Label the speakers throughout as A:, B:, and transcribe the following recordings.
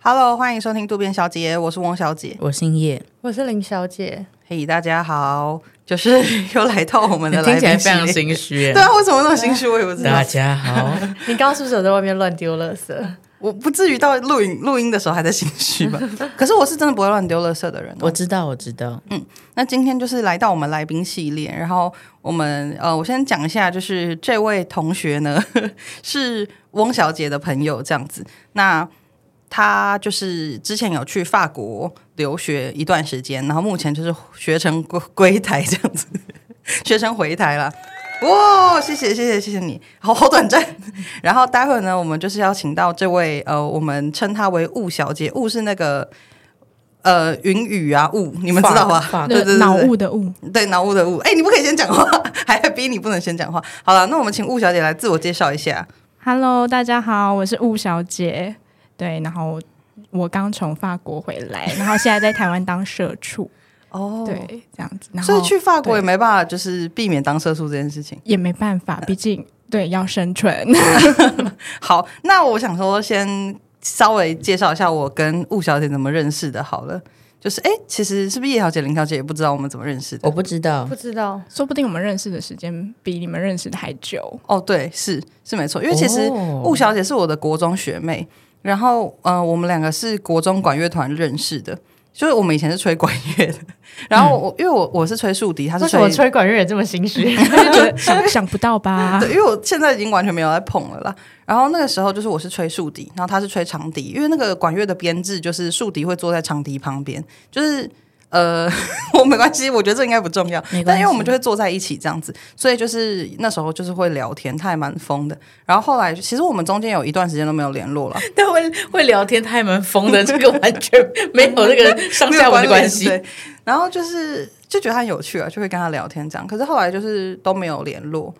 A: Hello，欢迎收听渡边小姐，我是翁小姐。
B: 我姓叶，
C: 我是林小姐，
A: 嘿、大家好，就是 又来到我们的来
B: 听起来
A: 宾
B: 非常
A: 系列。
B: 心虚
A: 对。啊，为什么那么心虚？我也不知道
B: 大。家 好，
C: 你刚刚是不是有在外面乱丢垃圾？
A: 我不至于到录影录音的时候还在心虚 吧？可是我是真的不会乱丢垃圾的人哦、
B: 我知道，我知道，
A: 那今天就是来到我们来宾系列，然后我们呃，我先讲一下，就是这位同学呢 是翁小姐的朋友这样子。那他就是之前有去法国留学一段时间，然后目前就是学成归归台这样子， 学成回台了。哇、谢谢谢谢谢谢你，好好短暂。 然后待会呢，我们就是要请到这位呃，我们称她为雾小姐，雾是那个呃云雨啊雾，你们知道吧？
B: 法
A: 啊对对对对
D: 脑雾的雾，
A: 对，脑雾的雾。哎，你不可以先讲话， 还逼你不能先讲话。好了，那我们请雾小姐来自我介绍一下。
D: Hello，大家好，我是雾小姐。对，然后我刚从法国回 来，然后现在在台湾当社畜。
A: 哦
D: 对，，这样子，然后
A: 所以去法国
D: 对
A: 也没办法，就是避免当社畜这件事情。
D: 也没办法，毕
A: 呃
D: 竟对要生存。
A: 好，那我想说，先稍微介绍一下我跟雾小姐怎么认识的。好了，就是哎，其实是不是叶小姐、林小姐也不知道我们怎么认识的
B: 我？不知道
C: 不，知道，
D: 说不定我们认识的时间比你们认识的还 久。
A: 哦，对，是是没错，因为其实
B: 哦
A: 雾小姐是我的国中学妹，然后呃，我们两个是国中管乐团认识的，就是我们以前是吹管乐的，然后我、因为我我是吹竖笛，她是
C: 为什么吹管乐也这么 心虚？
D: 就觉得想想不到
B: 啊
D: 吧
A: 对，？因为我现在已经完全没有在碰了啦。然后那个时候就是我是吹竖笛，然后他是吹长笛，因为那个管乐的编制就是竖笛会坐在长笛旁边，就是呃， 我没关系，我觉得这应该不重要
B: 没关系。
A: 但因为我们就会坐在一起这样子，所以就是那时候就是会聊天，他还蛮疯的。然后后来其实我们中间有一段时间都没有联络了，
B: 但会会聊天太蛮疯的，这个完全没有那个上
A: 没
B: 下
A: 有
B: 文的
A: 联
B: 关 系。
A: 对然后就是就觉得他很有趣啊，就会跟他聊天这样。可是后来就是都没有联络，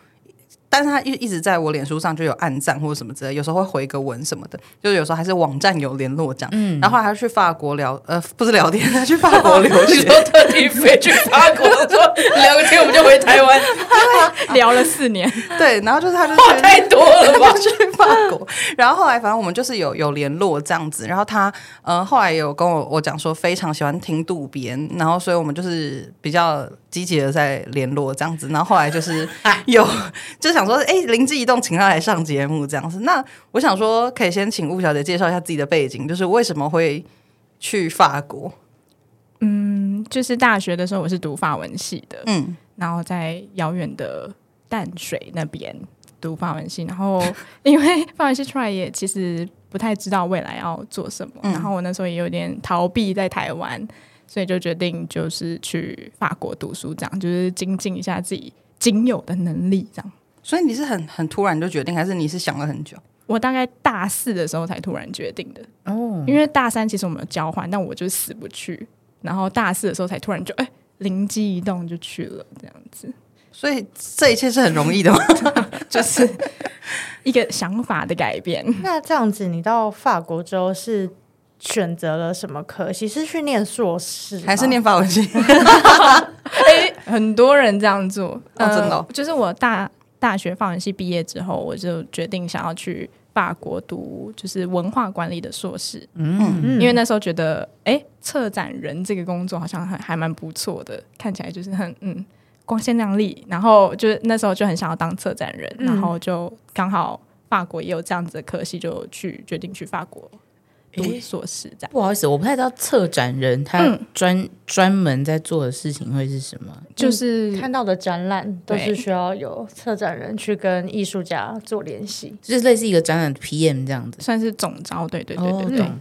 A: 但是他一一直在我脸书上就有暗赞或者什么之类，有时候会回个文什么的，嗯就是有时候还是网站有联络这样。然后后来他去法国聊，呃，不是聊天，他去法国留
B: 你
A: 学。
B: 说特地飞去法国说 聊个天，我们就回台 湾，
D: 聊了四年，
A: 对，然后就是他就
B: 话
A: 去
B: 太多 了吧？
A: 去法国，然后后来反正我们就是有有联络这样子，然后他呃后来有跟我我讲说非常喜欢听渡边，然后所以我们就是比较积极的在联络这样子，然后后来就是有 就想说哎灵机一动请他来上节目这样子，那我想说可以先请吴小姐介绍一下自己的背景，就是为什么会去法国，
D: 嗯，就是大学的时候我是读法文系的，
A: 嗯，
D: 然后在遥远的淡水那边 读法文系，然后 因为法文系出来也其实不太知道未来要做什么，
A: 嗯
D: 然后我那时候也有点逃避在台湾，所以就决定就是去法国读书，这样就是精进一下自己仅有的能力，这样。
A: 所以你是很很突然就决定，还是你是想了很久？
D: 我大概大四的时候才突然决定的，
B: 哦，
D: 因为大三其实我们有交换，但我就死不去，然后大四的时候才突然就哎灵机一动就去了，这样子。
A: 所以这一切是很容易的吗？
D: 就是一个想法的改变。
C: 那这样子，你到法国之后是选择了什么科系？是去念硕士吗，
A: 还是念法文系？
D: 哎、很多人这样做，呃
A: 哦真的哦
D: 就是我大大学法文系毕业之后，我就决定想要去法国读就是文化管理的硕士，
A: 嗯，
C: 嗯？
D: 因为那时候觉得，哎、策展人这个工作好像还还蛮不错的，看起来就是很嗯。光鲜亮丽，然后就是那时候就很想要当策展人，
C: 嗯
D: 然后就刚好法国也有这样子的科系，就去决定去法国读
B: 诶
D: 硕士这样。
B: 不好意思，我不太知道策展人他
D: 嗯
B: 专专门在做的事情会是什么。
D: 就是
C: 看到的展览都
D: 对
C: 是需要有策展人去跟艺术家做联系。
B: 就是类似一个展览 PM 这样子，
D: 算是总招，对对对
B: 哦
D: 对对。
B: 懂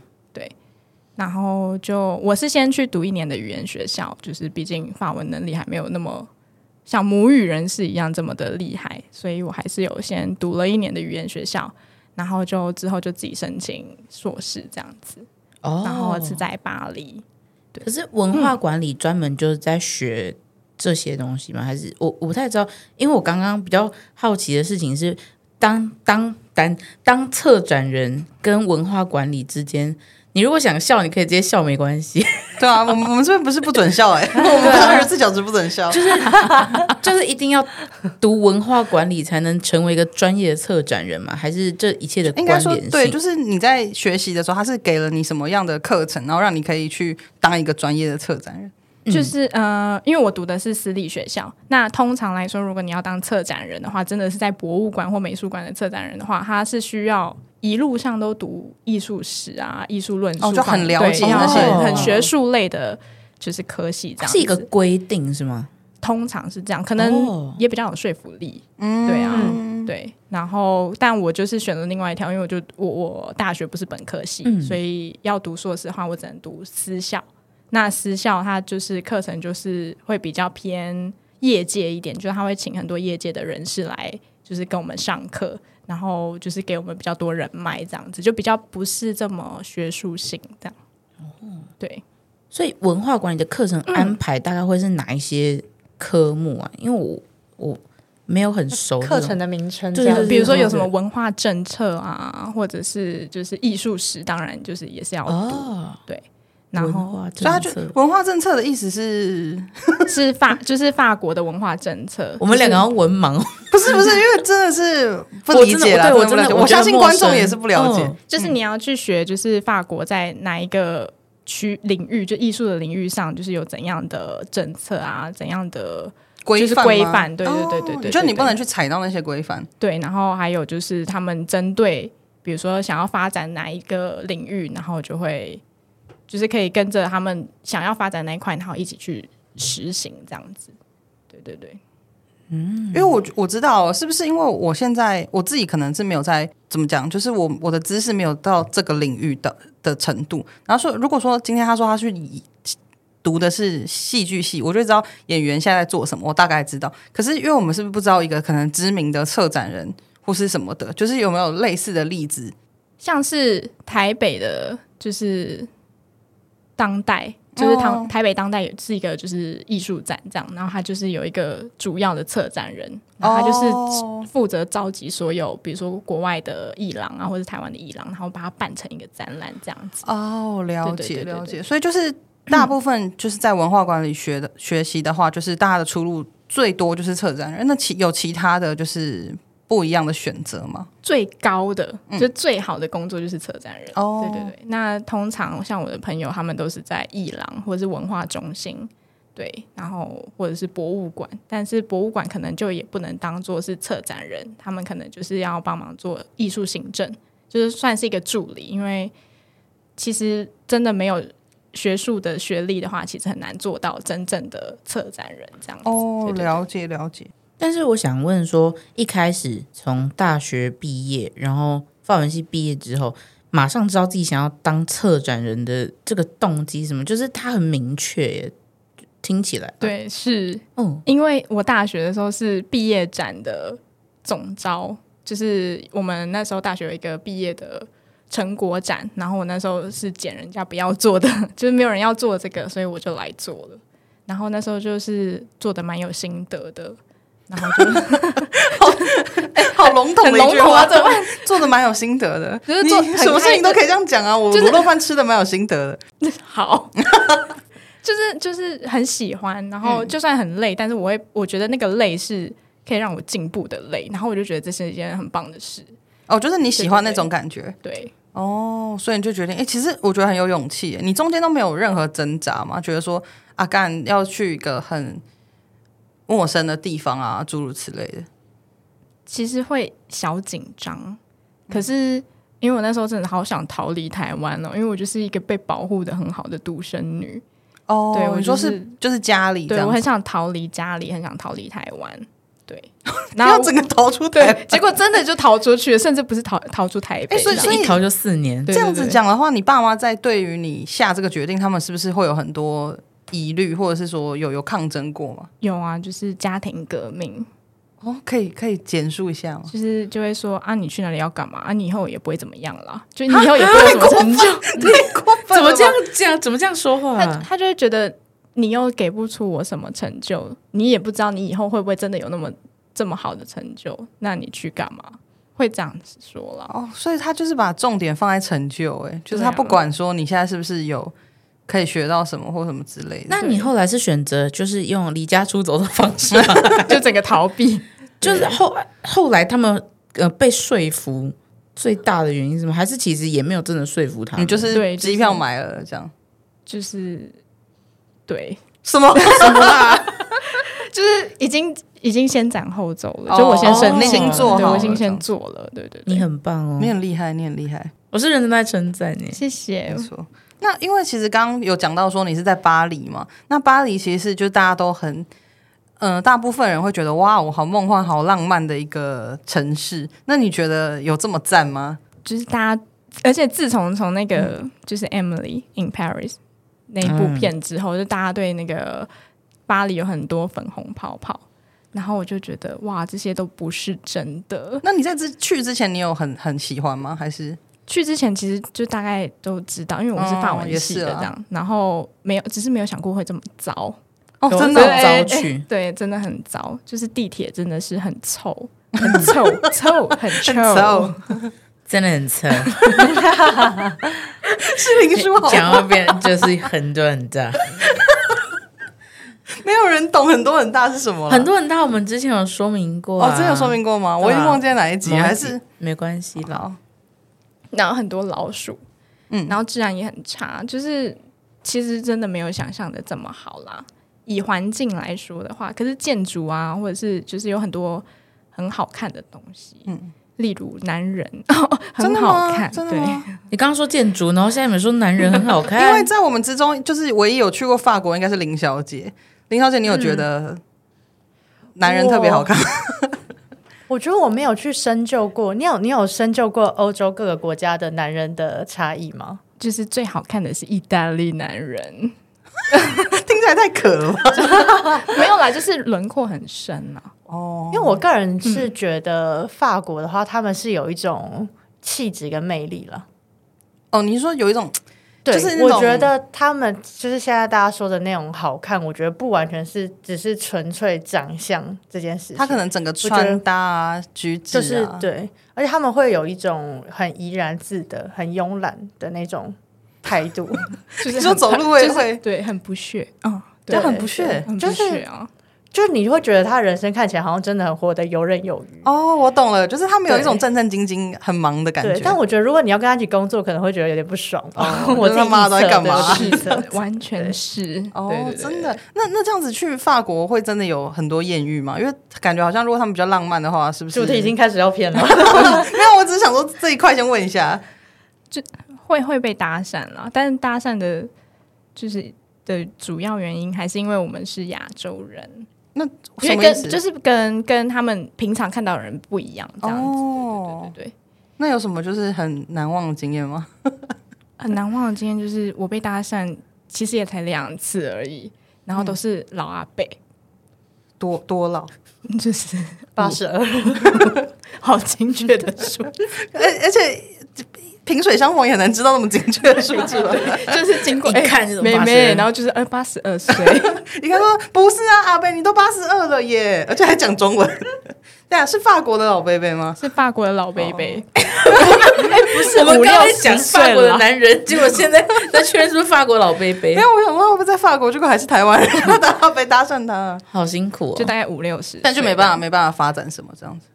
D: 然后就我是先去读一年的语言学校，就是毕竟法文能力还没有那么像母语人士一样这么的厉害，所以我还是有先读了一年的语言学校，然后就之后就自己申请硕士这样子，
B: 哦。
D: 然后是在巴黎。
B: 可是文化管理专门就是在学这些东西吗？还是我我不太知道，因为我刚刚比较好奇的事情是，当当当当策展人跟文化管理之间，你如果想笑，你可以直接笑，没关系。
A: 对啊，我们我们这边不是不准笑 哎、
D: 啊
A: 我们不是二十四小时不准笑，就是
B: 就是一定要读文化管理才能成为一个专业的策展人嘛？还是这一切的
A: 应
B: 关
A: 该
B: 联
A: 说
B: 性？
A: 对，就是你在学习的时候，他是给了你什么样的课程，然后让你可以去当一个专业的策展人。
D: 就是呃，因为我读的是私立学校，那通常来说，如果你要当策展人的话，真的是在博物馆或美术馆的策展人的话，他是需要一路上都读艺术史啊、艺术论述
A: 哦
D: 方，
A: 就很了解那
D: 对要
A: 些
D: 很
B: 哦
D: 很学术类的，就是科系这
B: 它
D: 样。
B: 是一个，规定是吗？
D: 通常是这样，
B: 哦
D: 可能也比较有说服力。
A: 嗯
D: 对啊，对。然后，但我就是选了另外一条，因为我就我我大学不是本科系，
B: 嗯
D: 所以要读硕士的话，我只能读私校。那私校它就是课程就是会比较偏业界一点，就是他会请很多业界的人士来，就是跟我们上课，然后就是给我们比较多人脉，这样子就比较不是这么学术性这样。
B: 哦
D: 对，
B: 所以文化管理的课程安排大概会是哪一些科目啊？
A: 嗯
B: 因为我我没有很
A: 哦
B: 熟
A: 啊
B: 这种
C: 课程的名称
B: 对
C: 这样
B: 对
C: 子，
D: 比如说有什么
B: 对
D: 文化政策啊，或者是就是艺术史，当然就是也是要读。
B: 哦，
D: 然后
B: 文化
A: 所以他
B: 政
A: 就
B: 策。
A: 文化政策的意思是，
D: 是法，就是法国的文化政策。
B: 我们两个要文盲，
A: 不是不是，因为真的是 不
B: 我
A: 理
B: 真的
A: 解啦，
B: 对我
A: 真
B: 真
A: 的不了
B: 的
A: 解，
B: 我
A: 我
B: 觉
A: 相
B: 得
A: 信
B: 陌
A: 观众
B: 生
A: 也是不了解
B: 嗯。
D: 就是你要去学，就是法国在哪一个区领域，就艺术的领域上，就是有怎样的政策啊，怎样的
A: 规
D: 就是
A: 范吗
D: 规范，对对对对
A: 哦
D: 对，
A: 就你
D: 对
A: 不能去踩到那些规范。
D: 对，然后还有就是他们针对，比如说想要发展哪一个领域，然后就会就是可以跟着他们想要发展哪一块，然后一起去实行这样子。对对对，
A: 因为我我知道，哦是不是因为我现在我自己可能是没有在怎么讲，就是我我的知识没有到这个领域的的程度。然后说，如果说今天他说他去以读的是戏剧系，我就知道演员现在在做什么，我大概知道。可是因为我们是不是不知道一个可能知名的策展人或是什么的，就是有没有类似的例子？
D: 像是台北的，就是当代，就是台、
A: 哦
D: 台北当代也是一个就是艺术展这样，然后它就是有一个主要的策展人，然后他就是
A: 哦
D: 负责召集所有，比如说国外的艺廊啊，或者台湾的艺廊，然后把它办成一个展览这样子。
A: 哦，了
D: 对对
A: 解
D: 对对
A: 了
D: 对
A: 解，所以就是大部分就是在文化管理学的 学习的话，就是大家的出路最多就是策展人。那其有其他的就是不一样的选择吗？
D: 最高的，
A: 嗯
D: 就最好的工作就是策展人。
A: 哦
D: 对对对。那通常像我的朋友，他们都是在艺廊或者是文化中心，对，然后或者是博物馆，但是博物馆可能就也不能当做是策展人，他们可能就是要帮忙做艺术行政，就是算是一个助理，因为其实真的没有。学术的学历的话，其实很难做到真正的策展人这样子。
A: 哦
D: 对，对对
A: 了解了 解。
B: 但是我想问说，一开始从大学毕业，然后法文系毕业之后，马上知道自己想要当策展人的这个动机是什么，就是他很明确耶，听起来，
D: 对，是
B: 嗯，
D: 因为我大学的时候是毕业展的总招，就是我们那时候大学有一个毕业的成果展，然后我那时候是捡人家不要做的，就是没有人要做这个，所以我就来做了。然后那时候就是做的蛮有心得的，然后就
A: 好笼统的一句
D: 哎很笼统
A: 话，
D: 啊怎么办
A: 做的蛮有心得的，
D: 就是做
A: 你
D: 很
A: 什么事情
D: 开
A: 都可以这样讲啊。我
D: 就是
A: 卤肉饭吃的蛮有心得的，
D: 好，就是就是很喜欢，然后就算很累，但是我会我觉得那个累是可以让我进步的累，然后我就觉得这是一件很棒的事，
A: 哦，就是你喜欢那
D: 对对对
A: 种感觉
D: 对。
A: 哦，所以你就决定，哎、其实我觉得很有勇气耶，你中间都没有任何挣扎嘛，觉得说啊，干要去一个很陌生的地方啊，诸如此类的。
D: 其实会小紧张，
A: 嗯
D: 可是因为我那时候真的好想逃离台湾哦，因为我就是一个被保护的很好的独生女，
A: 哦，
D: 对我
A: 你说
D: 就是
A: 是就是家里这
D: 对
A: 样
D: 我很
A: 子，
D: 想逃离家里，很想逃离台湾，对， 然
A: 要
D: 后
A: 整个逃出台
D: 对
A: 湾，。
D: 结果真的就逃出去了，甚至不是逃逃出台北，
A: 哎所以
D: 这
A: 所
D: 样
A: 以
B: 一逃就四年，
D: 对
A: 这样子讲的话，你爸妈在对于你下这个决定，他们是不是会有很多疑虑，或者是说有有抗争过吗？
D: 有啊，就是家庭革命，
A: 哦，可以可以简述一 下吗？
D: 就是就会说啊，你去哪里要干嘛啊，你以后也不会怎么样啦，就你以后也不会有什么成就，
B: 怎么这样讲？怎么这样说
A: 嗯
B: 话
D: 他
B: 啊？
D: 他就会觉得你又给不出我什么成就，你也不知道你以后会不会真的有那么这么好的成就，那你去干嘛？会这样子说啦。
A: 哦，所以他就是把重点放在成就、欸，哎，就是
D: 对
A: 他
D: 啊
A: 不管说你现在是不是有可以学到什么或什么之类的。
B: 那你后来是选择就是用离家出走的方式吗？
D: 就整个逃避。
B: 就是后后来他们呃被说服最大的原因是什么？还是其实也没有真的说服他们？
A: 你就是
D: 对就是
A: 机票买了这样？
D: 就是对，
A: 什么？
D: 就是已经已经先斩后奏了，
A: 哦
D: 就我先申请了，
A: 你已经做
D: 对
A: 好
D: 我
A: 了
D: 已经
A: 这
D: 先
A: 样子
D: 做了，对对对，
B: 你很棒哦
A: 你，很厉害，你很厉害，
B: 我是认真在称赞你。
A: 嗯
D: 谢
A: 没
D: 谢。
A: 错。那因为其实刚刚有讲到说你是在巴黎嘛，那巴黎其实是就大家都很，呃，大部分人会觉得哇，我好梦幻、好浪漫的一个城市。那你觉得有这么赞吗？
D: 就是大家，而且自从从那个、
A: 嗯
D: 就是 Emily in Paris 那一部片之后，就大家对那个巴黎有很多粉红泡泡。然后我就觉得哇，这些都不是真的。
A: 那你在之去之前，你有很很喜欢吗？还是
D: 去之前其实就大概都知道，因为我是法文系的
A: 哦也是啊
D: 这样，然后没有，只是没有想过会这么糟。
A: 哦，
B: 有
A: 真
B: 这
A: 的
B: 种
A: 哦
B: 糟去
D: 对，真的很糟，就是地铁真的是很臭，很臭， 臭，很臭，
A: 糟
B: 真的很 臭，
A: 是林书豪
B: 讲到变就是很多很大，
A: 没有人懂很多很大是什么啦，
B: 很多很大。我们之前有说明过、啊，
A: 哦，真的有说明过吗？
B: 对啊
A: 我已经忘记在哪一集，
B: 某一集
A: 还是
B: 没关系啦。
A: 好
D: 然后很多老鼠，嗯，然后治安也很差，就是其实真的没有想象的这么好啦。以环境来说的话，可是建筑啊，或者是就是有很多很好看的东西，嗯，例如男人，
A: 真
D: 很
A: 的
D: 好
A: 吗？
D: 看，
A: 真的
D: 对，
A: 吗？
B: 你刚刚说建筑，然后现在你们说男人很好
A: 因 为
B: 看，
A: 在我们之中，就是唯一有去过法国应该是林小姐。林小姐，你有觉得男人特别好看？
C: 我觉得我没有去深究过，你有你有深究过欧洲各个国家的男人的差异吗？
D: 就是最好看的是意大利男人，
A: 听起来太渴了吧？
D: 没有啦，就是轮廓很深啊，
A: 哦
C: 因为我个人是觉得法国的话，他们是有一种气质跟魅力了。
A: 哦，你说有一 种
C: 对，
A: 就是那种
C: 我觉得他们就是现在大家说的那种好看，我觉得不完全是只是纯粹长相这件事情，
A: 他可能整个
C: 觉得
A: 穿搭啊、举止
C: 就
A: 啊，
C: 是对，而且他们会有一种很怡然自得、很慵懒的那种态 度，
D: 就是
A: 你
D: 很
A: 说走路也
D: 就是
A: 会
D: 对，很不屑啊，
A: 就
C: 对
A: 很不屑
C: 对。
D: 很
C: 就
D: 不
C: 是
D: 屑啊，
C: 就是你会觉得他人生看起来好像真的很活得游刃有余。
A: 哦，我懂了，就是他们有
C: 对
A: 一种战战兢兢、很忙的感
C: 对
A: 觉，。
C: 但我觉得如果你要跟他一起工作，可能会觉得有点不爽吧。
A: 哦
C: 我自己
A: 那他妈都在
C: 臆测
A: 干嘛
C: 对我自己臆 测
D: 是完全是
A: 哦，
D: 对对对
A: 真的，那那这样子去法国会真的有很多艳遇吗？因为感觉好像如果他们比较浪漫的话，是不是？
C: 主题已经开始要偏 了。
A: 没有，我只是想说这一块先问一下。
D: 会会被搭讪啦，但是搭讪的，就是的主要原因还是因为我们是亚洲人，
A: 那
D: 因
A: 什
D: 为
A: 么意
D: 跟
A: 思？
D: 就是跟跟他们平常看到的人不一样，这样子，
A: 哦
D: 对对对对，
A: 那有什么就是很难忘的经验吗？
D: 很难忘的经验就是我被搭讪，其实也才两次而已，然后都是老阿伯，
A: 多多老，
D: 就是
C: 八十二，
D: 好精确的数，
A: 而而且萍水相逢也很难知道那么精确的数字 吧？
D: 就是经过
B: 一看就懂
D: 妹
B: 82
D: 妹，然后就是呃八十 二岁，
A: 你看说不是啊，阿贝，你都八十二了耶，而且还讲中文。 对啊，是法国的老贝贝吗？
D: 是法国的老哎贝贝。
A: 哦
B: 不 是
D: 我们
B: 刚
D: 刚
B: 才
D: 才
B: 讲
D: 讲
B: 法
D: 法
B: 国
D: 国
B: 的
D: 的
B: 男人，结果现 在在确认是不是法国老贝贝
A: 没，有，我想说会不会在法国，结果还是 台湾人，然后被搭讪他，
B: 好辛苦
D: 就
B: 哦。
D: 大概五六十，
A: 但就没办法，。没办法发展什么这样子。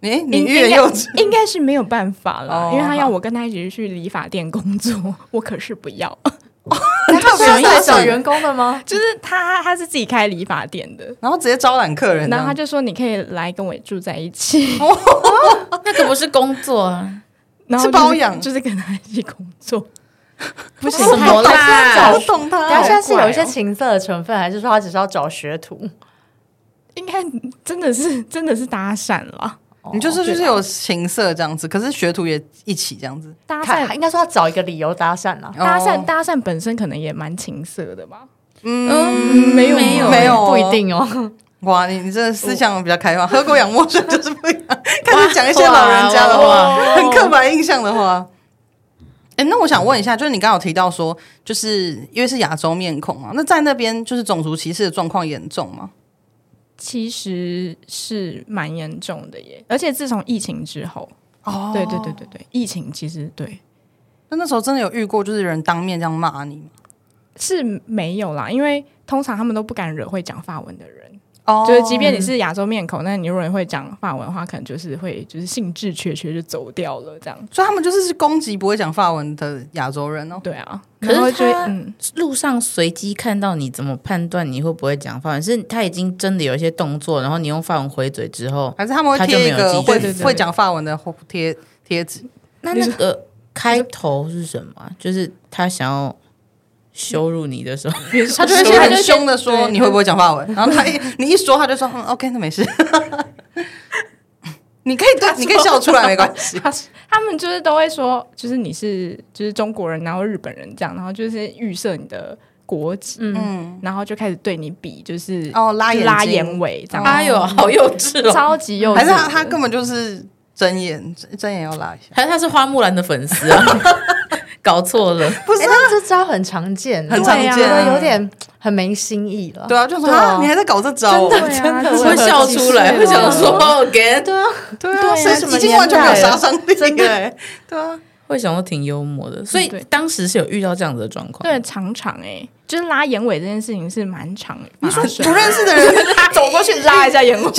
A: 你你
D: 应
A: 欲言又止，
D: 应该应该是没有办法了，
A: 哦
D: 因为他要我跟他一起去理发店工作，我可是不要。
C: 他
A: 什么
C: 们
A: 意
C: 是
A: 思
C: 来找员工 的吗？
D: 就是他他是自己开理发店的，
A: 然后直接招揽客人这
D: 然
A: 样
D: 后他就说你可以来跟我住在一
A: 哦
D: 起，
B: 哦那可不是工作啊，
D: 然后
A: 是
D: 就是
A: 包养
D: 就是跟他一起工作。
B: 不
A: 行
B: 什么啦
A: 搞？动他
C: 等一下
A: 哦。
C: 现在是有一些
D: 怪哦
C: 情色的成分，还是说他只是要找学徒？
D: 应该真的是真的是搭讪了，
B: 哦
A: 你就是就是有情色这样子，可是学徒也一起这样子。
D: 搭
C: 他
D: 讪
C: 应该说他找一个理由搭讪啊啦。
D: 搭
A: 哦
D: 讪搭讪本身可能也蛮情色的吧，
B: 嗯，没有没有
A: 没有哦
C: 不一定哦。
A: 哇，你你这思想比较开放，喝过洋墨水就是不一样，开始讲一些老人家的话
B: 哇，
A: 很刻板印象的话。哎、那我想问一下，就是你刚刚有提到说，就是因为是亚洲面孔嘛，那在那边就是种族歧视的状况严重吗？
D: 其实是蛮严重的耶，而且自从疫情之后，
A: 哦
D: 对对对，对对，疫情其实对
A: 那那时候真的有遇过，就是人当面这样骂你吗？
D: 是没有啦，因为通常他们都不敢惹会讲法文的人，
A: 哦
D: 就是即便你是亚洲面孔，那你如果会讲法文的话，可能就是会就是兴致缺缺就走掉了这样。
A: 所以他们就是攻击不会讲法文的亚洲人哦。
D: 对啊，
B: 可是
D: 然后就会
B: 他
D: 嗯，
B: 路上随机看到你，怎么判断你会不会讲法文？是他已经真的有一些动作，然后你用法文回嘴 之后，
A: 还是他们会贴一
B: 他就没
A: 个
B: 有记
A: 会
D: 对对对
A: 会讲法文的贴贴纸，
B: 那
D: 你
B: 那
D: 说
B: 个开头是什么 啊？就是他想要羞辱你的时候，
D: 比如说
A: 他就会
D: 说
A: 先
D: 他
A: 很
D: 先
A: 凶的说
D: 对
A: 你会不会讲法文， 然后他一你一说他就说嗯 OK 那没事， 你可以对你可以笑出来没关系，
D: 他他们就是都会说，就是你是就是中国人，然后日本人这样，然后就是预设你的国籍，
C: 嗯，
A: 嗯
D: 然后就开始对你比，就是
A: 哦拉眼睛哦
D: 拉眼尾这样，
A: 哎
B: 呦，好幼稚！哦
D: 超级幼稚的。
A: 还是他他根本就是睁眼睁眼要拉一下，
B: 还是他是花木兰的粉丝啊？ 搞错了，
A: 不是
C: 哎，那这招很常见，
A: 很常
D: 对啊
A: 见啊，
C: 有点很没新意了。
A: 对啊，就说
D: 对啊
A: 啊你还在搞这招哦，
D: 对 啊
C: 真的
D: 就是
B: 会笑出来，会想说哦 again，
C: 啊对啊，
A: 对啊，
D: 对啊
A: 谁
D: 什
C: 么
A: 已经完全没有
C: 年代
A: 杀
C: 了
A: 伤力
C: 真的
A: 了，对啊，
B: 会想说挺幽默的。所以
D: 对
B: 当时是有遇到这样子的状况，
D: 对，常常哎、就是拉眼尾这件事情是蛮常发
A: 你说
D: 生的。
A: 不认识的人
D: 走过去拉一下眼尾，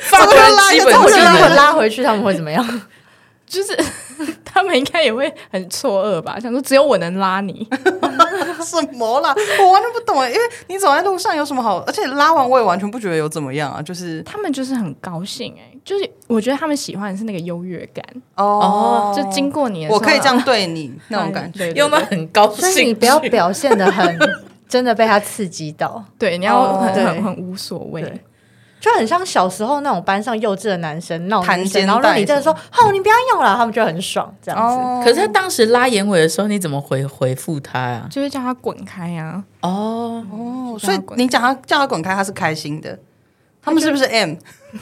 B: 法国人基本
A: 法
C: 我
A: 国
C: 觉
A: 人
C: 得
B: 技
C: 他们
B: 能。
C: 拉回去，他们会怎么样？
D: 就是 他们应该也会很错愕吧，想说只有我能拉你，
A: 什么啦？我完全不懂哎，因为你走在路上有什么好？而且拉完我也完全不觉得有怎么样啊，就是
D: 他们就是很高兴哎、就是我觉得他们喜欢的是那个优越感，
A: 哦
D: 就经过你的时候，
A: 我可以这样对你那种感觉。
D: 对对对
B: 用到很高
C: 所
B: 兴去，
C: 以你不要表现的很真的被他刺激到，
D: 对，你要很、
A: 哦
C: 对
D: 很很无所谓
C: 对，就很像小时候那种班上幼稚的男生闹
A: 弹
C: 女
A: 肩
C: 生，然后让
A: 带
C: 你真的说“哦，你不要用了”，他们就很爽这样子。
A: 哦
B: 可是他当时拉眼尾的时候，你怎么回回复他啊？
D: 就是叫他滚开啊，
B: 哦，
A: 哦，所
D: 就叫他
A: 以
D: 滚
A: 你讲他叫他滚开，他是开心的。他们是不是 M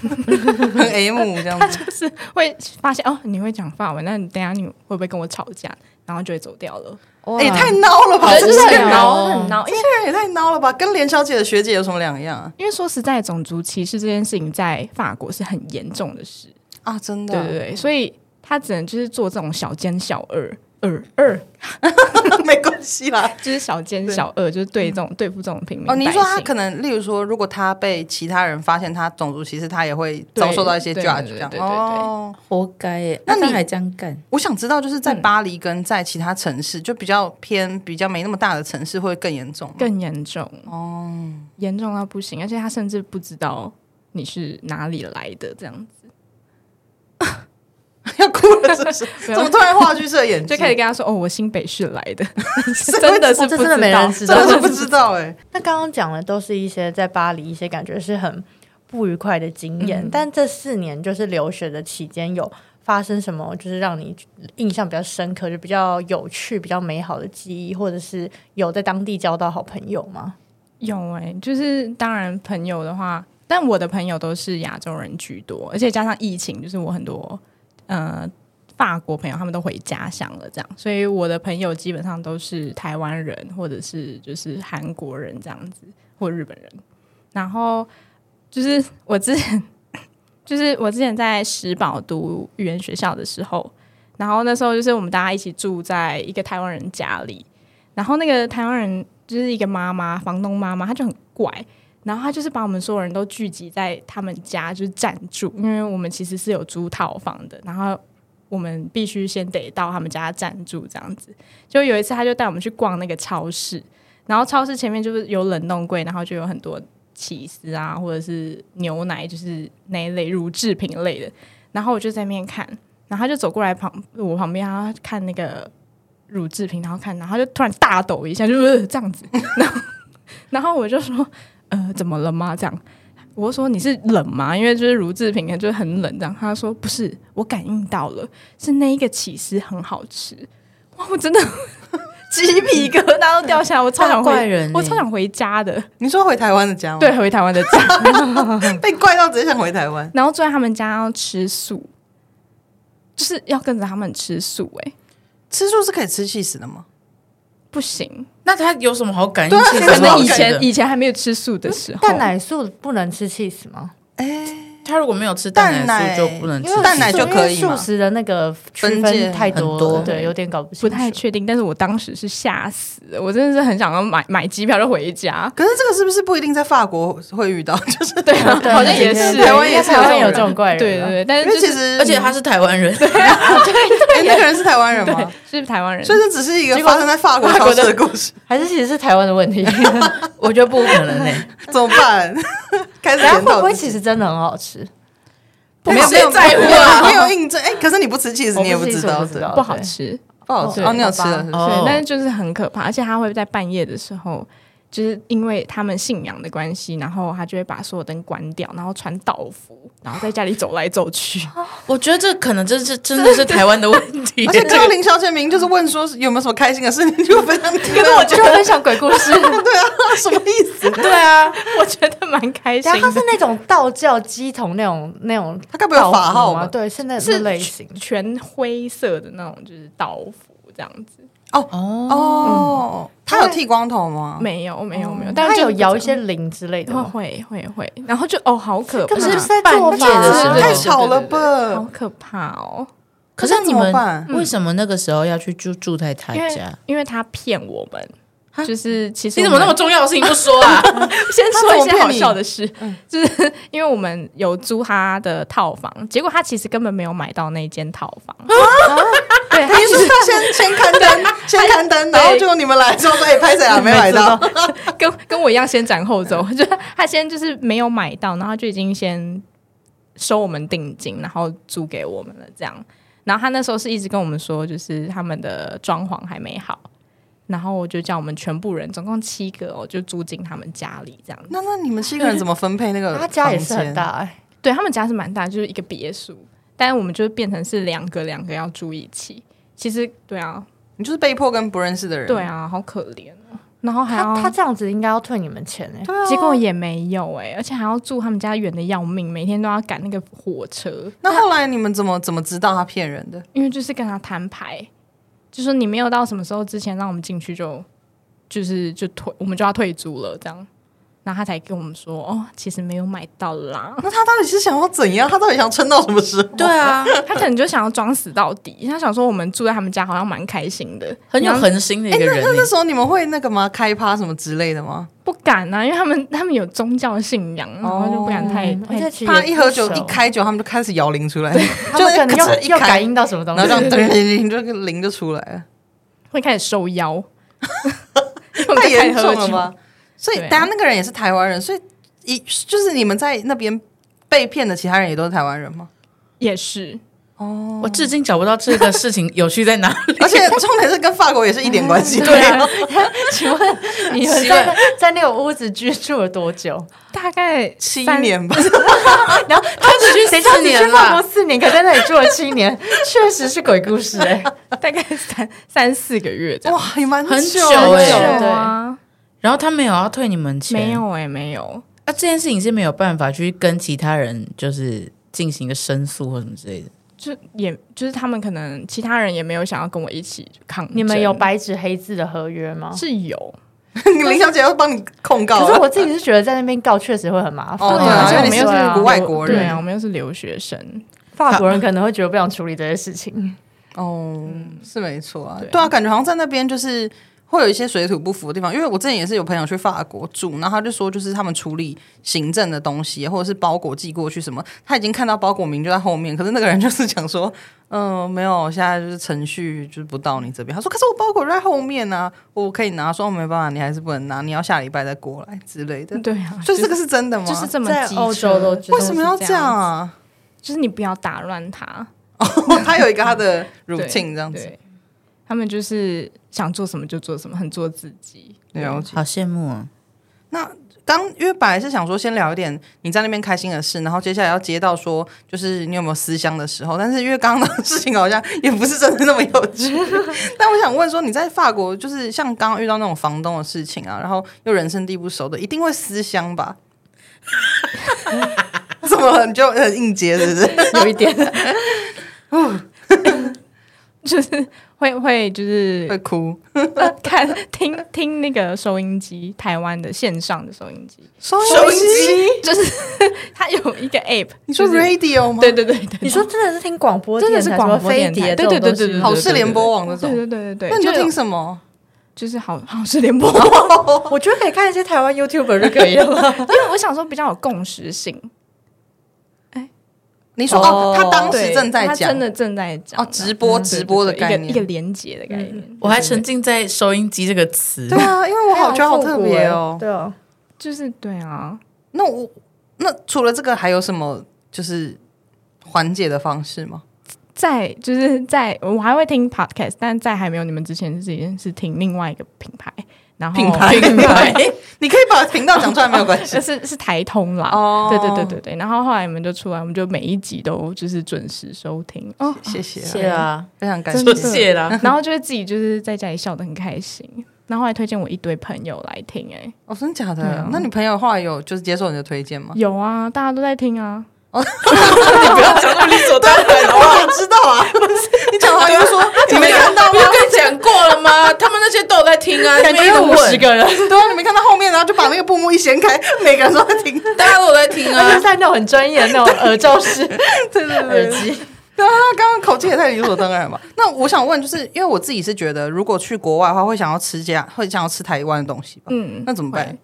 A: 很 M 这样子？
D: 就是会发现哦，你会讲法文，那你等一下你会不会跟我吵架？然后就会走掉了，
A: 哎，也太孬了吧！
B: 人
A: 这
B: 真
A: 些
B: 的
A: 人
B: 很孬
D: 很孬，因为
A: 这些人也太孬了吧！跟连小姐的学姐有什么两样啊？
D: 因为说实在，种族歧视这件事情在法国是很严重的事，
A: 啊，真的
D: 对对对，所以他只能就是做这种小奸小恶。二 二
A: 对，没关系啦。
D: 就是小奸小恶，就是对这种对付这种平民
A: 哦，你说他
D: 百姓
A: 可能，例如说，如果他被其他人发现他种族歧视，他也会遭受到一些
D: 对
A: judge
D: 对对
A: 这样。
D: 对对对
A: 哦，
B: 活该耶！
A: 那
B: 那
A: 你
B: 他还这样干，
A: 我想知道，就是在
D: 嗯
A: 巴黎跟在其他城市，就比较偏、比较没那么大的城市，会更严重吗。
D: 更严重哦，严重到不行，而且他甚至不知道你是哪里来的，这样子
A: 要哭了，是不是？
D: 没有
A: 怎么突然话剧社演技
D: 就开始跟他说：“哦，我新北市来的，
A: 会
D: 真的是
C: 哦这
D: 不
C: 真的没
D: 知道
C: 人，知
A: 真
C: 道
A: 的是不知道哎、
C: 那刚刚讲的都是一些在巴黎一些感觉是很不愉快的经验，
D: 嗯
C: 但这四年就是留学的期间有发生什么，就是让你印象比较深刻、就比较有趣、比较美好的记忆，或者是有在当地交到好朋友吗？
D: 有哎、就是当然朋友的话，但我的朋友都是亚洲人居多，而且加上疫情，就是我很多呃法国呃朋友他们都回家乡了，这样，所以我的朋友基本上都是台湾人或者是就是韩国人这样子，或日本人。然后就是我之前，就是我之前在石堡读语言学校的时候，然后那时候就是我们大家一起住在一个台湾人家里，然后那个台湾人就是一个妈妈，房东妈妈，她就很怪。然后她就是把我们所有人都聚集在他们家，就是暂住，因为我们其实是有租套房的，然后我们必须先得到他们家暂住这样子。就有一次，她就带我们去逛那个超市，然后超市前面就是有冷冻柜，然后就有很多起司啊，或者是牛奶，就是那一类乳制品类的。然后我就在那边看，然后她就走过来旁我旁边，然后看那个乳制品，然后看，然后他就突然大抖一下，就是呃这样子，然后然后我就说，呃，怎么了吗？这样，我说你是冷吗？因为就是乳制品就是很冷这样。他说不是，我感应到了，是那一个起司很好吃。哇，我真的鸡皮疙瘩都掉下来，我超
B: 大
D: 想
B: 怪
D: 回，
B: 人欸
D: 我超想回家的，
A: 你说回台湾的家吗？
D: 对，，回台湾的家。
A: 被怪到直接想回台湾。
D: 然后住在他们家要吃素，就是要跟着他们吃素、欸，
A: 吃素是可以吃气死的吗？
D: 不行。
B: 那他有什么好感应
D: 对啊，
B: 器材
D: 可
B: 不好
D: 能以
B: 吃的？
D: 前以前还没有吃素的
A: 哦
D: 时候，
C: 蛋奶素不能吃 cheese 吗？
B: 他如果没有吃蛋
A: 蛋奶
B: 奶素就不能吃
C: 因为
A: 蛋奶就
C: 素
A: 可以
C: 因为
A: 嘛
C: 素食的那个区
A: 分界
C: 分太多
B: 很
C: 了，
B: 多
C: 对，有点搞不清
D: 不
C: 楚。
D: 太确定。但是我当时是吓死了，我真的是很想要买买机票就回家。
A: 可是这个是不是不一定在法国会遇到？ 就是
D: 对啊，
C: 对
D: 好像也
C: 对
D: 是，
C: 对
A: 台湾也是
D: 应该
A: 有
D: 人
A: 这
C: 种怪人啊
D: 对对对，但
A: 因
D: 是
A: 为
D: 就
A: 其
D: 是
A: 实，
B: 而且他是台湾人，
A: 哎那个人是台湾人吗？
D: 是台湾人，
A: 所以这只是一个
C: 结果
A: 发生在法国超市的故事，
C: 还是其实是台湾的问题，
B: 我觉得不 可能诶。
A: 怎么办？开始
C: 然后
A: 检
C: 会不
A: 讨
C: 会
A: 自
C: 其
A: 己。
C: 实真的很好吃？
B: 不
A: 没有没
B: 谁
A: 有
B: 在乎
A: 没有
B: 啊？
A: 没有印证。哎，可是你不吃 cheese，
C: 我
A: 你也
C: 不吃
A: 知
C: cheese，
A: 道
C: 我不知
A: 是
C: 道
D: 不好吃，
A: 不好吃
C: 对
A: 哦。你有吃了是不是？
B: 哦
D: 对，但是就是很可怕，而且他会在半夜的时候。就是因为他们信仰的关系，然后他就会把所有灯关掉，然后穿道服，然后在家里走来走去。
B: 我觉得这可能真是真的是台湾的问 题。
A: 而且刚刚林小姐明明就是问说 有没有什么开心的事，你就分享你的。可是我
C: 就分享鬼故事，
A: 对啊，什么意 思？
B: 对啊，
D: 我觉得蛮开心
C: 然后它
D: 的
C: 是。那种道教鸡童那种那种，
A: 他该不会有法号吧
C: 吗？对，是那
D: 是
C: 那类型。
D: 全灰色的那种，就是道服这样子。
C: 嗯
A: 哦，他有剃光头吗？
D: 没有，没有，没哦有，但
C: 它
D: 是哦
C: 有
D: 就
C: 摇一些铃之类的
D: 会
C: 吗，
D: 会会会，然后就哦，好可怕，
C: 根本就是
D: 是
C: 在做
B: 半
C: 法啊
B: 夜的时候
A: 太
B: 对
A: 吵了
D: 好
A: 吧？
D: 可怕哦。
B: 可是
A: 那
B: 你
A: 怎么
B: 们嗯
A: 办
B: 为什么那个时候要去住住在他
D: 因为
B: 家？
D: 因为他骗我们，就是其实
B: 你怎么那么重要的事情不说 啊？
D: 先说
A: 他怎
D: 一
A: 么
D: 些
A: 骗
D: 好
A: 你
D: 笑的事，就是因为我们有租他的套房，结果他其实根本没有买到那间套房，对，他
A: 你是哎说先先刊登， 先刊登，然后就你们来之后说，哎，拍谁 啊？没买到，
D: 跟跟我一样先斩后奏， 就他先就是没有买到，然后就已经先收我们定金，然后租给我们了这样。然后他那时候是一直跟我们说，就是他们的装潢还没好，然后我就叫我们全部人，总共七个哦，就租进他们家里这样。
A: 那那你们七个人怎么分配那个？
C: 他家也是很，大哎，
D: 对他们家是蛮大，就是一个别墅，但是我们就变成是两个两个要住一起。其实对啊，
A: 你就是被迫跟不认识的人。
D: 对，啊，好可怜哦。然后还要
C: 他他这样子应该要退你们钱哎，
D: 结果也没有哎、而且还要住他们家远的要命，每天都要赶那个火车，
A: 那后来你们怎么怎么知道他骗人的？
D: 因为就是跟他摊牌，就说你没有到什么时候之前让我们进去就就是就退，我们就要退租了这样。然后他才跟我们说，哦，其实没有买到啦。
A: 那他到底是想要怎样？他到底想撑到什么时候？
B: 对啊，
D: 他可能就想要装死到底，他想说我们住在他们家好像蛮开心的，
B: 很有
D: 然后
B: 恒心的一个人
A: 哎那
B: 欸
A: 那。时候你们会那个吗？开趴什么之类的吗？
D: 不敢啊，因为他们他们有宗教信仰，然后就不敢太、
C: 嗯而
D: 太
C: 且其实
A: 怕
C: 也
A: 一
C: 不
A: 喝酒
C: 熟
A: 一，开酒，他们就开始摇铃出来，
C: 他们可能
A: 就是
C: 要
A: 一
C: 要
A: 开
C: 感应到什么东
A: 然后
C: 西
A: 这，样叮铃铃就铃就出来了，
D: 会开始受邀。
A: 太严重
D: 因为我们在喝
A: 了
D: 酒
A: 吧？所以，
D: 对啊
A: 大家那个人也是台湾人，所以一就是你们在那边被骗的其他人也都是台湾人吗？
D: 也是，
B: 我至今找不到这个事情有趣在哪里。
A: 而且重点是跟法国也是一点关系
B: 对啊，
C: 请问你们
B: 奇怪
C: 在那在那个屋子居住了多久？
D: 大 概
A: 七
D: 三
A: 年吧，
C: 然后他只去谁知道
B: 四
C: 你
B: 年
C: 去法
B: 啦
C: 国四年，可在那里住了七年，确实是鬼故事哎。
D: 大概三三四个月这样。
A: 哇，也蛮
B: 很
A: 久
B: 久
A: 很
B: 欸
A: 久
D: 啊，
B: 然后他没有要退你们钱，
D: 没有哎、没有，
B: 啊，这件事情是没有办法去跟其他人就是进行一个申诉或什么之类的。
D: 就也就是他们可能其他人也没有想要跟我一起抗争。
C: 你们有白纸黑字的合约吗？
D: 是有，
A: 林小姐要 帮你控告啊
C: 可是
A: 了，
C: 我自己是觉得在那边告确实会很麻烦，
A: 哦对
D: 啊
C: 而且
D: 因
C: 我
D: 为你
C: 们
D: 是
C: 又是
A: 国外国人
D: 对啊，我们又是留学生，
C: 法国人可能会觉得不想处理这些事情。
A: 哦，是没错啊
D: 嗯对，
A: 对啊，感觉好像在那边就是会有一些水土不服的地方。因为我之前也是有朋友去法国住，然后他就说，就是他们处理行政的东西或者是包裹寄过去什么，他已经看到包裹名就在后面，可是那个人就是讲说， 嗯、没有，现在就是程序就是不到你这边。他说，可是我包裹就在后面呢、啊，我可以拿，说没办法，你还是不能拿，你要下礼拜再过来之类的。
D: 对啊，
A: 所以这个是真的吗？
D: 就是这么
C: 在
D: 机
C: 欧洲
D: 车
C: 都知道
A: 为什么要这样啊？
D: 就是你不要打乱他，
A: 他有一个他的 routine
D: 对
A: 这样子，
D: 对他们就是想做什么就做什么，很做自己。
A: 了解。
B: 好羡慕啊！
A: 刚因为本来是想说先聊一点你在那边开心的事，然后接下来要接到说就是你有没有思乡的时候，但是因为刚刚的事情好像也不是真的那么有趣。但我想问说你在法国就是像刚刚遇到那种房东的事情啊，然后又人生地不熟的，一定会思乡吧？ 怎么了你就很应接是不是？
C: 有一点，
D: 会会就是 呃
A: 会哭。
D: 看听听那个收音机，台湾的线上的收音机，
A: 收
B: 收音
A: 音
B: 机
D: 它有一个 app，
A: 你说
D: 就是
A: radio 吗？
D: 对对对对对，
C: 你说真的是听广播
D: 真的是
C: 电台
D: 广
C: 什
D: 播
C: 么飞
D: 电台
C: 碟这
D: 对
C: 种
D: 对对
C: 东西
D: 对对，
A: 好事联播网那
D: 对
A: 种。
D: 对对对对，
A: 那你就
D: 有
A: 听哦什么？
D: 就是好好事联播，
C: 我觉得可以看一些台湾 YouTuber 就可以了。
D: 因为我想说比较有共识性，
A: 你说
C: 哦
A: 哦，他当时
D: 对
A: 正在
D: 它
A: 讲
D: 真的正在讲啊
A: 哦，直播直播的概
D: 一个一个
A: 念。嗯
D: 连接的概念，
B: 我还沉浸在收音机这个词
A: 对，啊，因为我好觉得好特别
C: 哎好
A: 哦。
C: 复古哎对啊，
D: 就是对啊，
A: 那我那除了这个还有什么就是缓解的方式吗？
D: 在就是在我还会听 podcast，但在还没有你们之前是已经是听另外一个品牌，然后
A: 品牌
B: 品牌
A: 你可以把频道讲出来没有关系
D: 呃。是是台通啦。
A: 哦
D: 对对对对对，然后后来你们就出来，我们就每一集都就是准时收听哦，
A: 谢谢啊，
B: 谢啦，
A: 非常感
D: 真
A: 谢
D: 的
B: 说。谢
A: 嗯
B: 啦，
D: 然后就会自己就是在家里笑得很开心，然后还推荐我一堆朋友来听、哎，
A: 哦，真的假
D: 对
A: 的
D: 啊？
A: 那你朋友后来有就是接受你的推荐吗？
D: 有啊，大家都在听啊，
B: 你不要讲那么理所当然好不好？
A: 知道啊，你讲 完就说你没看到吗
B: 不？就跟你讲过了吗？他们那些都有在听 啊，
D: 感
B: 你
D: 觉
B: 们一直
D: 有五十
B: 问，
D: 个人，
A: 对啊，你没看到后面，然后就把那个布幕一掀开， 每个人都在听。
B: 大家都有在听
C: 而且
B: 啊
C: 是。在那种很专业的那种耳罩式
A: 对对
C: 耳
A: 对，
C: 机，
A: 对啊，他刚刚口气也太理所当然了吧？那我想问，就是因为我自己是觉得，如果去国外的话，会想要吃家，会想要吃台湾的东西吧？
D: 嗯，
A: 哦那怎么办
D: 会？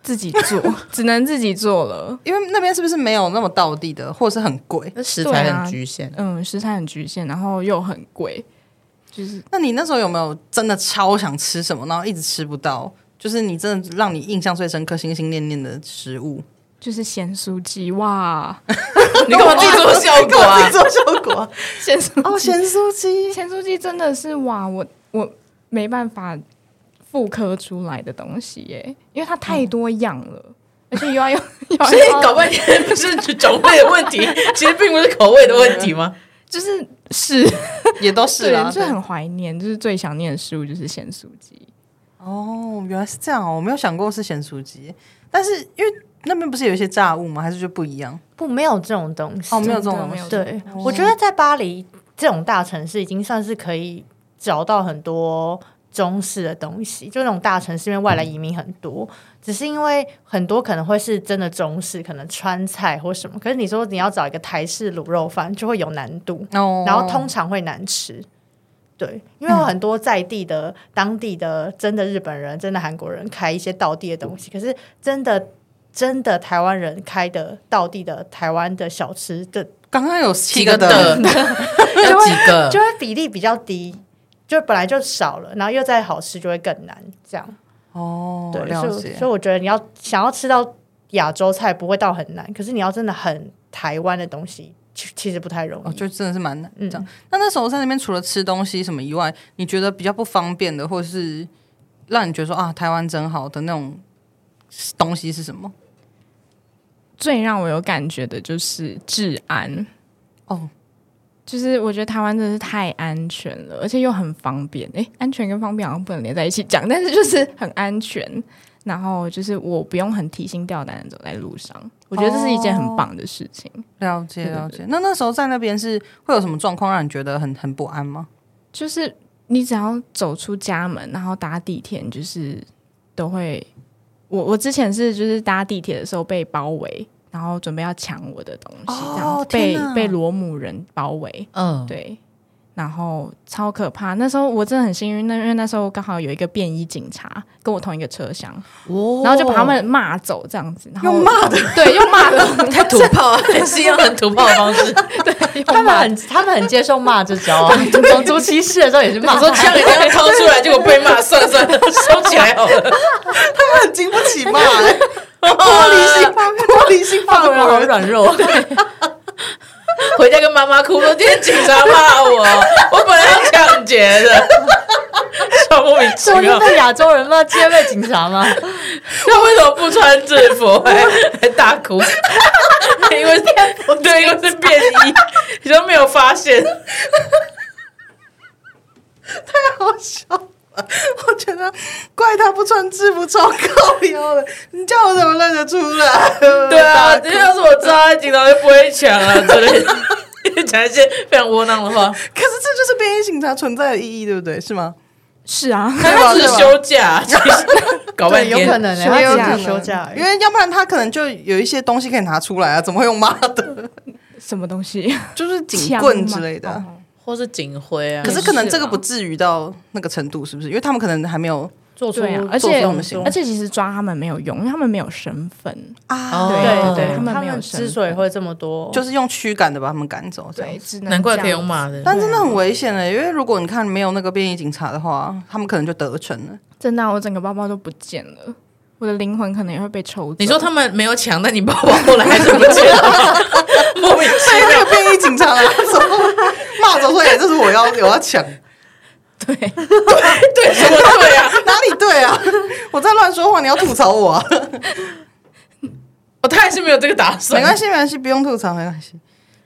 D: 自己 做，只能自己做了。
A: 因为那边是不是没有那么道地的，或者是很贵？
B: 那食
D: 材很
B: 局限，
D: 嗯，食材很局限，然后又很贵，就是
A: 那你那时候有没有真的超想吃什么，然后一直吃不到？就是你真的让你印象最深刻、心心念念的食 物，
D: 就是咸酥鸡 哇，
B: 你干嘛自己做效
A: 我自
B: 果啊
A: 己？做效果啊
D: 咸酥
A: 哦，咸酥鸡，
D: 咸酥鸡真的是哇，我我没办法复刻出来的东西耶，因为它太
A: 嗯
D: 多样了，而且又要 用，又要
B: 所以
D: 用
B: 搞半天不是种类的问 题，其实并不是口味的问题吗？
D: 就是是
A: 也都是
D: 对，
A: 啦。
D: 就是
A: 对
D: 很怀念，就是最想念的食物就是咸酥鸡。
A: 哦，原来是这样哦，我没有想过是咸酥鸡，但是因为那边不是有一些炸物吗？还是就不一样？
C: 不没有这种东西
A: 哦，。没有这哦种
D: 真的
A: 东
D: 没
A: 西
D: 有。
C: 对，我觉得在巴黎这种大城市，已经算是可以找到很多中式的东西。就那种大城市，因为外来移民很多，只是因为很多可能会是真的中式，可能川菜或什么。可是你说你要找一个台式卤肉饭，就会有难度，
A: 哦
C: 然后通常会难吃。对，因为有很多在地的、当地的真的日本人、真的韩国人开一些道地的东西，可是真的。真的台湾人开的道地的台湾的小吃的
A: 刚刚有
B: 几
A: 七
B: 个的，
A: 的，
B: 有几
A: 呃
B: 个
C: 就？会比例比较低，就本来就少了，然后又再好吃就会更难，这样。
A: 哦，
C: 对，
A: 了
C: 所以
A: 解
C: 所以。我觉得你要想要吃到亚洲菜不会到很难，可是你要真的很台湾的东西，其其实不太容易。
A: 哦，就真的是蛮难这样。那那时候在那边除了吃东西什么以外，你觉得比较不方便的，或是让你觉得说啊，台湾真好的那种东西是什么？
D: 最让我有感觉的就是治安，
A: 哦，
D: 就是我觉得台湾真的是太安全了，而且又很方便。诶，安全跟方便好像不能连在一起讲，但是就是很安全。然后就是我不用很提心吊胆的走在路上，我觉得这是一件
A: 哦
D: 很棒的事情。
A: 了解
D: 对对
A: 了解。那那时候在那边是会有什么状况让你觉得很很不安吗？
D: 就是你只要走出家门，然后搭地铁，你就是都会。我我之前是就是搭地铁的时候被包围，然后准备要抢我的东西，
A: 哦
D: 这样子
A: 天
D: 被
A: 哪哦
D: 被罗姆人包围。
B: 嗯，
D: 对，然后超可怕。那时候我真的很幸运，那因为那时候刚好有一个便衣警察跟我同一个车厢，
B: 哦
D: 然后就把他们骂走这样子，然后
A: 用骂
D: 的，对，用骂的，
B: 太土炮，
A: 啊
B: 还是用很土炮的方 式，
C: 他们很他们很接受 骂这招啊，种族歧视的时候也是骂
B: 我。说枪一定要掏出来，结果被骂，算了算了，收起来好了。
A: 很经不起 骂、欸，玻璃心， 玻璃心
C: 法
A: 法
C: 国
A: 国
C: 人好
A: 人。
C: 软弱，
B: 回家跟妈妈哭说，今天警察骂我，我本来要抢劫的，超莫名其
C: 说
B: 妙
C: 是。被亚洲人骂，直接被警察吗？
B: 他为什么不穿制服还还大哭？因为对，因为是便衣，你都没有发现。
A: 好笑了。我觉得怪他不穿制服超高腰的，你叫我怎么认得出来？
B: 对啊，要是我知道他警察就不会抢了之类的。 讲一些非常窝囊的话，
A: 可是这就是便衣警察存在的意义，对不对？是吗？
D: 是啊，
A: 对吧
B: 他只是休假，搞半
C: 对，
B: 天
C: 有可能欸，
A: 休
C: 他
A: 假
C: 只
A: 可
C: 是
A: 能
C: 休假而已，
A: 因为要不然他可能就有一些东西可以拿出来啊，怎么会用骂的？
D: 什么东西？
A: 就是警棍之类的
D: 枪
A: 啊。
D: 吗。哦
B: 或是警徽啊，
A: 可是可能这个不
D: 也
A: 至于到那个程度，是不是？因为他们可能还没有
C: 做
D: 对啊，而
A: 做出
D: 且
A: 这种行为
D: 而且其实抓他们没有用，因为他们没有身份，
A: 啊
B: 哦
C: 对
B: 哦
C: 对，
D: 他们
C: 他
D: 没有
C: 们
D: 身
C: 之所以会这么多，
A: 就是用驱赶的把他们赶走，这样
D: 对，。啊只能
B: 难怪
D: 这
B: 可以
D: 样
B: 用骂的，
A: 但真的很危险的、因为如果你看没有那个便衣警察的话，他们可能就得逞 了。
D: 真的啊、我整个包包都不见了，我的灵魂可能也会被抽走。
B: 你说他们没有抢，但你包包后来还是不见了，莫名其
A: 被
D: 啊
A: 那
B: 妙。
A: 个便衣警察拿走，骂走说：“哎、这是我要我要抢，
D: 对，
B: 对什么 对啊？
A: 哪里对啊？ 我在乱说话，你要吐槽我啊？
B: 哦，他还是没有这个打算。
A: 没关系，没关系，不用吐槽，没关系。”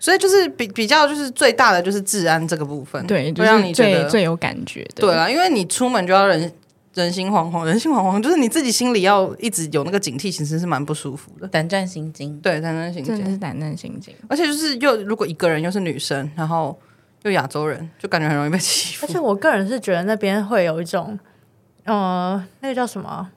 A: 所以就是比比较就是最大的就是治安这个部分，
D: 对，就
A: 会让
D: 是
A: 你觉
D: 最
A: 得
D: 最有感觉的。
A: 对啦，啊因为你出门就要人人心惶惶，人心惶惶就是你自己心里要一直有那个警惕，其实是蛮不舒服的。
B: 胆战心惊，
A: 对，才能行
D: 真的
A: 进。
D: 是胆战心惊。
A: 而且就是又如果一个人又是女生，然后又亚洲人，就感觉很容易被欺负
C: 而。且我个人是觉得那边会有一种，呃，那个叫什么啊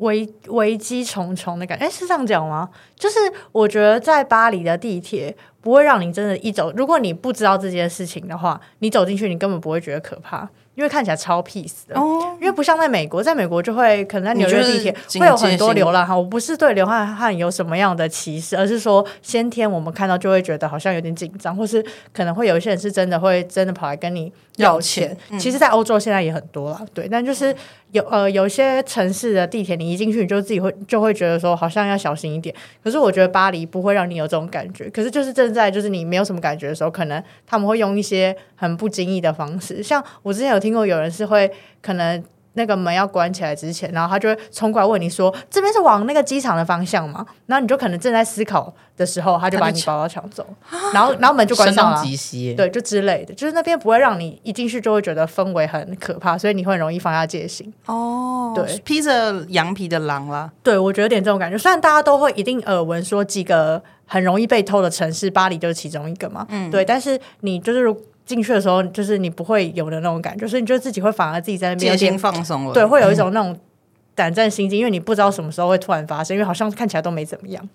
C: 危危机重重的感觉，哎，是这样讲吗？就是我觉得在巴黎的地铁不会让你真的一走，如果你不知道这件事情的话，你走进去你根本不会觉得可怕，因为看起来超 peace 的。
A: 哦，
C: 因为不像在美国，在美国就会可能在纽约地铁
A: 你就是
C: 会有很
A: 警
C: 多
A: 戒心
C: 流浪汉。我不是对流浪汉有什么样的歧视，而是说先天我们看到就会觉得好像有点紧张，或是可能会有一些人是真的会真的跑来跟你要钱。
A: 要钱嗯
C: 其实，在欧洲现在也很多啦，对。但就是有呃有一些城市的地铁，你一进去你就自己会就会觉得说好像要小心一点。可是我觉得巴黎不会让你有这种感觉。可是就是正在就是你没有什么感觉的时候，可能他们会用一些很不经意的方式。像我之前有听过有人是会可能那个门要关起来之前，然后他就会冲过来问你说：“这边是往那个机场的方向吗？”然后你就可能正在思考的时候，他就把你包包抢走，然后然后门就关
B: 声
C: 上
B: 东
C: 了。啊
B: 击西耶。
C: 对，就之类的，就是那边不会让你一进去就会觉得氛围很可怕，所以你会很容易放下戒心。
A: 哦
C: 对
A: 披着羊皮的狼啦，
C: 对，我觉得有点这种感觉。虽然大家都会一定耳闻说几个很容易被偷的城市，巴黎就是其中一个嘛。嗯，对。但是你就是如进去的时候，就是你不会有的那种感觉，所以你就自己会反而自己在那边
A: 戒
C: 有点
A: 心嗯放松了。
C: 对，，会有一种那种胆战心惊，因为你不知道什么时候会突然发生，因为好像看起来都没怎么样。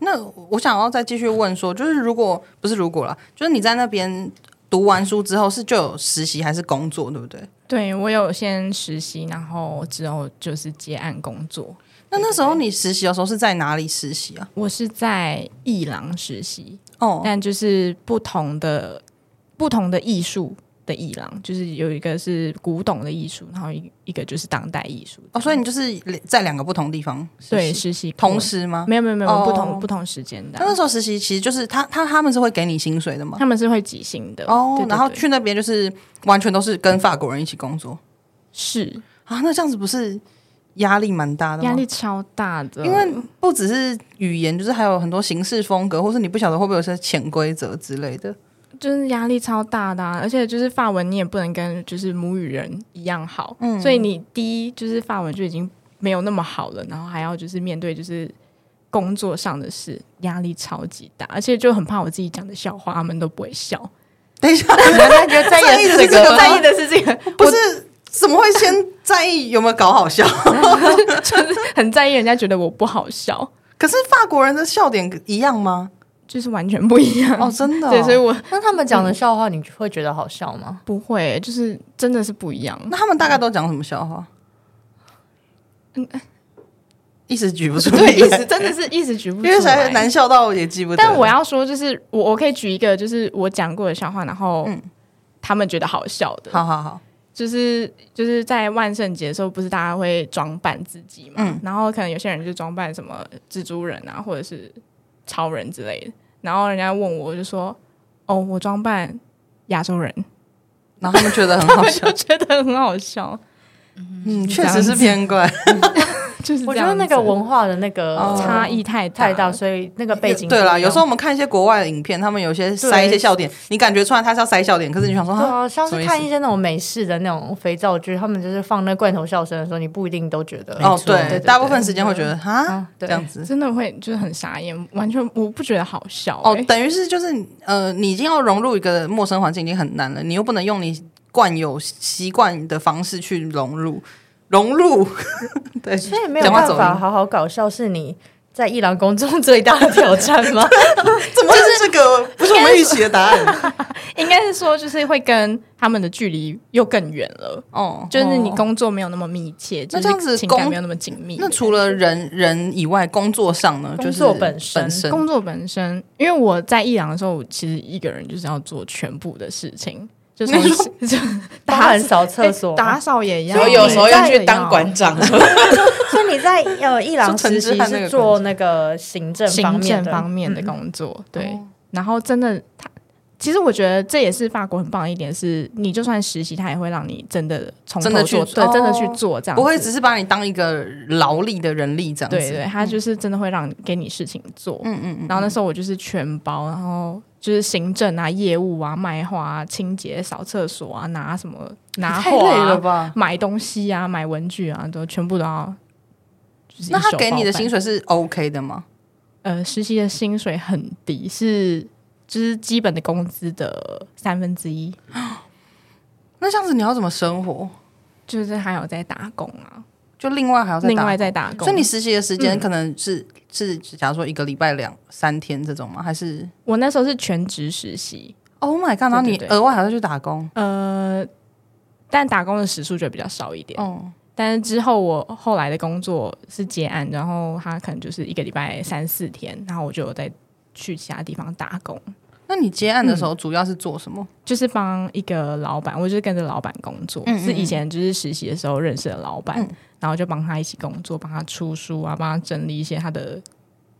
A: 那我想要再继续问说，就是如果不是如果啦，就是你在那边读完书之后是就有实习还是工作，对不对？
D: 对我有先实习，然后之后就是接案工作。
A: 那那时候你实习的时候是在哪里实习啊？
D: 我是在艺廊实习，
A: 哦，
D: 但就是不同的不同的艺术的艺廊，就是有一个是古董的艺术，然后一一个就是当代艺术。
A: 哦，所以你就是在两个不同地方实习
D: 对实习过
A: 同时吗？
D: 没有没有没有、
A: 哦
D: 不同不同时间的
A: 那，那时候实习其实就是他他他们是会给你薪水的嘛？
D: 他们是会即兴的
A: 哦
D: 对，对
A: 然后
D: 对
A: 去那边就是完全都是跟法国人一起工作
D: 是
A: 啊，那这样子不是压力蛮大的吗？
D: 压力超大的，
A: 因为不只是语言，就是还有很多形式风格，或是你不晓得会不会有些潜规则之类的。
D: 就是压力超大的、啊，而且就是法文你也不能跟就是母语人一样好，
A: 嗯
D: 所以你第一就是法文就已经没有那么好了，然后还要就是面对就是工作上的事，压力超级大，而且就很怕我自己讲的笑话他们都不 会笑，
A: 等一下，
C: 感觉在
A: 在意的是这个吗
C: 在意的是这个，
A: 不是怎么会先在意有没有搞好笑？
D: 很在意人家觉得我不好笑，
A: 可是法国人的笑点一样吗？
D: 就是完全不一样。
A: 哦，真的哦、
D: 对，所以我
C: 那他们讲的笑话，你会觉得好笑吗？
D: 不会，就是真的是不一样。
A: 那他们大概都讲什么笑话？一时举 不出来，
D: 对，一时真的是一时举不出
A: 因为
D: 来，
A: 实在难笑到也记不得。
D: 但我要说，就是我我可以举一个，就是我讲过的笑话，然后、
A: 嗯
D: 他们觉得好笑的，
A: 好好好，
D: 就是就是在万圣节的时候，不是大家会装扮自己嘛，
A: 嗯
D: 然后可能有些人就装扮什么蜘蛛人啊，或者是超人之类的，然后人家问我，我就说哦，我装扮亚洲人，
A: 然后他们 觉得很好笑
C: 嗯
D: 就，觉得很好笑，
A: 嗯，确实是偏怪。
D: 就是
C: 我
D: 这
C: 觉得
D: 样
C: 那个
D: 子
C: 文化的那个
A: 哦
D: 差异太
C: 太大，
D: 大，
C: 所以那个背景
A: 对啦，有时候我
C: 不
A: 们看一些国外的影片，他们有些塞
C: 对
A: 一些笑点，你感觉出来他是要塞笑点，可是你想说
C: 一样对
A: 啊，
C: 啊，像
A: 什么
C: 是
A: 意
C: 看
A: 思
C: 一些那种美式的那种肥皂剧，他们就是放那罐头笑声的时候，你不一定都觉得
A: 哦，
B: 没错
A: 对，
B: 对
A: 大部分时间会觉得
C: 嗯
A: 哈
C: 对
A: 这样子。
D: 真的会就是很傻眼，完全我不觉得好笑、
A: 哦
D: 欸，
A: 等于是就是呃，你已经要融入一个陌生环境已经很难了，你又不能用你惯有习惯的方式去融入， 融入， 对，
C: 所以没有
A: 讲话
C: 办
A: 走
C: 法
A: 音
C: 好好搞笑，是你在伊朗宫中最大的挑战 吗？
A: 怎么是这个不是我们预期的答 案？
D: 应该是说就是会跟他们的距离又更远了。
A: 哦，
D: 就是你工作没有那么密切，
A: 那
D: 就
A: 这样子
D: 是情感
A: 工
D: 没有那么紧密。
A: 那除了人人以外，工作上呢，
C: 工
A: 就是
C: 作本身
A: 本身
D: 工作本身，因为我在伊朗的时候，我其实一个人就是要做全部的事情，就从
A: 你说
D: 就
C: 打很扫厕
D: 哎
C: 所，
D: 打扫也要，
B: 我有时候
D: 要
B: 要去当馆 长，
C: 所以你在呃伊朗
A: 哎说陈
C: 实
A: 之
C: 习
A: 汉那
C: 是
A: 个
C: 做那个行政
D: 行
C: 面
D: 政
C: 的，
D: 方面的工作，对。
A: 哦
D: 然后真的，他其实我觉得这也是法国很棒的一点是，你就算实习，他也会让你真的从
A: 真的
D: 头
A: 去
D: 做，对，
A: 哦
D: 真的去做这样
A: 不
D: 子，
A: 会只是把你当一个劳力的人力这样子。
D: 对对，他就是真的会让给你事情做，
A: 嗯嗯嗯。
D: 然后那时候我就是全包，然后就是行政啊、业务啊、卖花、啊、清洁、扫厕所啊、拿什么拿
A: 太
D: 货
A: 累了
D: 啊、
A: 吧？
D: 买东西啊、买文具啊，都全部都要。就是一
A: 那他
D: 啊手
A: 给你的
D: 包办
A: 薪水是 OK 的吗？
D: 呃，实习的薪水很低，是就是基本的工资的三分之一，
A: 那这样子你要怎么生活？
D: 就是还有在打工啊，
A: 就另外还哦要再打
D: 另外在打工。
A: 所以你实习的时间
D: 嗯
A: 可能是、是，假如说一个礼拜两三天这种吗？还是
D: 我那时候是全职实习，
A: Oh my god！然后你
D: 对对对
A: 额外还要去打工？
D: 呃，但打工的时数就比较少一点。
A: 哦，
D: 但是之后我后来的工作是接案，然后他可能就是一个礼拜三四天，然后我就有再去其他地方打工，
A: 那你接案的时候主要是做什么？
D: 就是帮一个老板，我就是跟着老板工作，
A: 嗯嗯
D: 是以前就是实习的时候认识的老板，
A: 嗯
D: 然后就帮他一起工作，帮他出书啊，帮他整理一些他的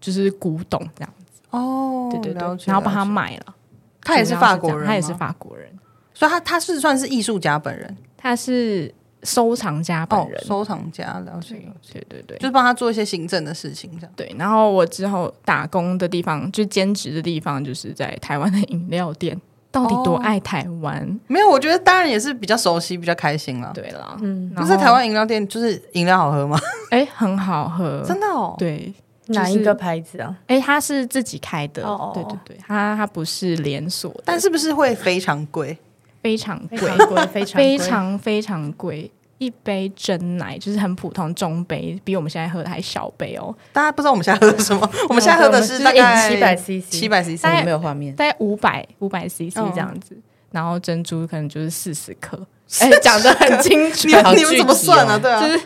D: 就是古董这样，
A: 哦，
D: 对对对，
A: 了解
D: 然后帮他
A: 了解
D: 卖了。
A: 他也
D: 主
A: 是
D: 要
A: 法
D: 这
A: 国
D: 样
A: 人，
D: 他也是，法国人，
A: 所以他他是算是艺术家本人
D: 他是收藏家本人
A: 哦，，收藏家了解，了解
D: 对对对，
A: 就是帮他做一些行政的事情这样。
D: 对，然后我之后打工的地方，就兼职的地方，就是在台湾的饮料店。到底多
A: 哦
D: 爱台湾？
A: 没有，我觉得当然也是比较熟悉，比较开心了。
D: 对啦，
C: 嗯，
A: 那
D: 然
A: 在
D: 后
A: 台湾饮料店，就是饮料好喝吗？
D: 哎、很好 喝，
A: 真的哦，
D: 对。
C: 哪一个牌子啊？
D: 哎、他是自己开的，
C: 哦哦
D: 对对
C: 哦
D: 对，他他不是连锁的，
A: 但是不是会非常贵？
D: 非常
C: 非
D: 贵，
C: 常贵，非常
D: 非
C: 贵
D: 常非常贵。一杯真奶就是很普通中杯，比我们现在喝的还小杯哦，
A: 大家不知道我们现在喝的是什么？嗯我们现在喝的是大概
C: 七百 CC，
A: 七百 CC，
D: 大概
B: 没有画面，
D: 大概五百五百 CC
A: 嗯
D: 这样子。然后珍珠可能就是四十克，哎、讲的很清楚
A: 你，们
B: 好
A: 你们
B: 具
A: 怎么
B: 体
A: 算
B: 哦
A: 啊？对啊，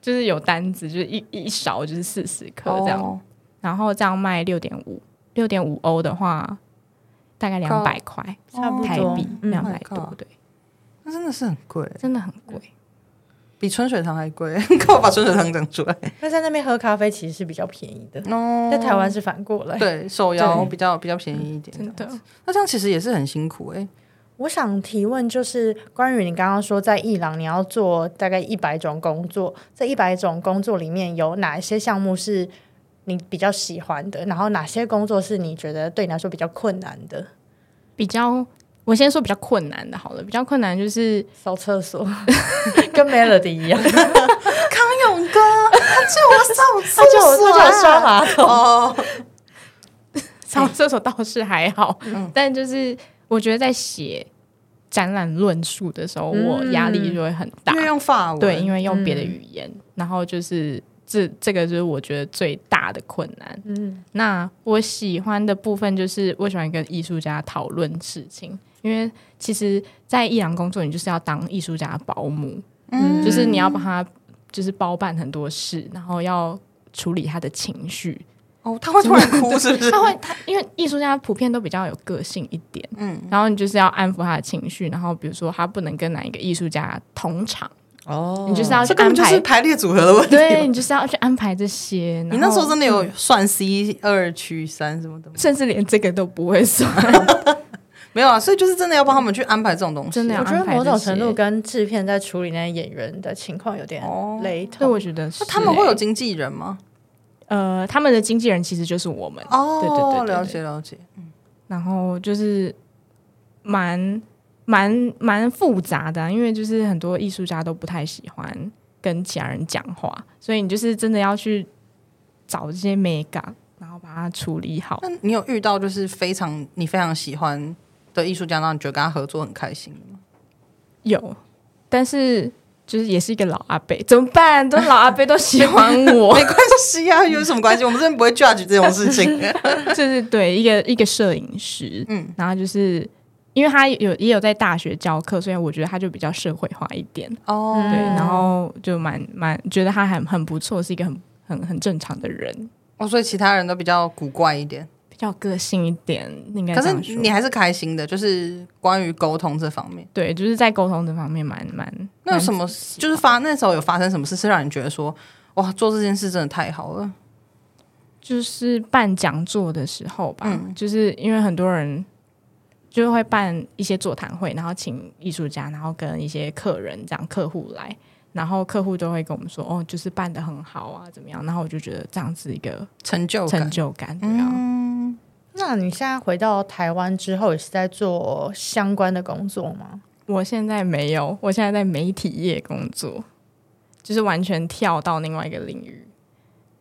D: 就是有单子，就是一一勺就是四十克这样，
A: 哦
D: 然后这样卖六点五，六点五欧的话，大概两百块
C: 差不多
D: 台币，
C: 嗯
D: 两百
A: Oh my
D: 多，
A: God
D: 对，
A: 那真的是很贵，
D: 真的很贵。
A: 比春水堂还贵。 干嘛把春水堂讲出来？
C: 那在那边喝咖啡其实是比较便宜的，
A: 哦
C: 在台湾是反过来。
A: 对手摇
D: 对
A: 比较比较便宜一点，
D: 嗯真的。
A: 那这样其实也是很辛苦哎。
C: 我想提问就是关于你刚刚说在伊朗你要做大概一百种工作，这一百种工作里面有哪一些项目是你比较喜欢的，然后哪些工作是你觉得对你来说比较困难的？
D: 比较，我先说比较困难的好了，比较困难就是
C: 扫厕 所，跟 Melody 一样，
A: 康永哥，他叫我上
C: 他就有他就有刷马桶。
A: 哦，
D: 上厕所倒是还好，但就是我觉得在写展览论述的时候，
C: 嗯
D: 我压力就会很大
A: 因，为用法文，
D: 对，因为用别的语言，然后就是这这个就是我觉得最大的困难。
C: 嗯，
D: 那我喜欢的部分就是我喜欢跟艺术家讨论事情，因为其实，在艺廊工作，你就是要当艺术家的保姆，
A: 嗯
D: 就是你要帮他就是包办很多事，然后要处理他的情绪。
A: 哦，他会突然哭是 不是？
D: 他会他因为艺术家普遍都比较有个性一点，嗯，然后你就是要安抚他的情绪，然后比如说他不能跟哪一个艺术家同场，
B: 哦
D: 你就是要去
A: 这根
D: 安
A: 本就
D: 排
A: 是。排列组合的问题。
D: 对你就是要去安排这些，
A: 你那时候
D: 的。
A: 真的有算 C 二取三什么的吗？
D: 甚至连这个都不会算，
A: 没有啊，所以就是真的要帮他们去安排这种东西，
D: 真的要
C: 我觉得
D: 安排
C: 某
D: 这
C: 种程度
D: 些
C: 跟制片在处理那些演员的情况有点
A: 哦
C: 雷
D: 所以
C: 同。
D: 我觉得是
A: 那他们会有
D: 欸
A: 经纪人吗？
D: 呃，他们的经纪人其实就是我们，
A: 哦，
D: 对对对对对
A: 了解了解。
D: 然后就是蛮蛮蛮复杂的啊、因为就是很多艺术家都不太喜欢跟其他人讲话，所以你就是真的要去找这些美感，然后把它处理好
A: 那。你有遇到就是非常你非常喜欢的艺术家，让你觉得跟他合作很开 心的吗？
D: 有，但是就是也是一个老阿伯，怎么办？都老阿伯都喜欢我，
A: 没关系啊，有什么关系？我们真的不会 judge 这种事情。
D: 就是对一个一个摄影师，
A: 嗯，
D: 然后就是因为他有也有在大学教课，所以我觉得他就比较社会化一点。
A: 哦，
D: 对，
C: 嗯
D: 然后就蛮蛮觉得他很很不错，是一个很很很正常的人，
A: 哦，所以其他人都比较古怪一点，
D: 比较有个性一点，应该
A: 可
D: 这
A: 是
D: 样说。
A: 你还是开心的，就是关于沟通这方面。
D: 对，就是在沟通这方面蛮蛮
A: 那有
D: 蛮
A: 什么就是发那时候有发生什么事，是让你觉得说哇，做这件事真的太好了？
D: 就是办讲座的时候吧，
A: 嗯
D: 就是因为很多人就会办一些座谈会，然后请艺术家，然后跟一些客人这样客户来，然后客户都会跟我们说，哦，就是办的很好啊，怎么样？然后我就觉得这样是一个
A: 成就感，
D: 成就感，对啊。
A: 嗯，
C: 那你现在回到台湾之后，也是在做相关的工作吗？
D: 我现在没有，我现在在媒体业工作，就是完全跳到另外一个领域。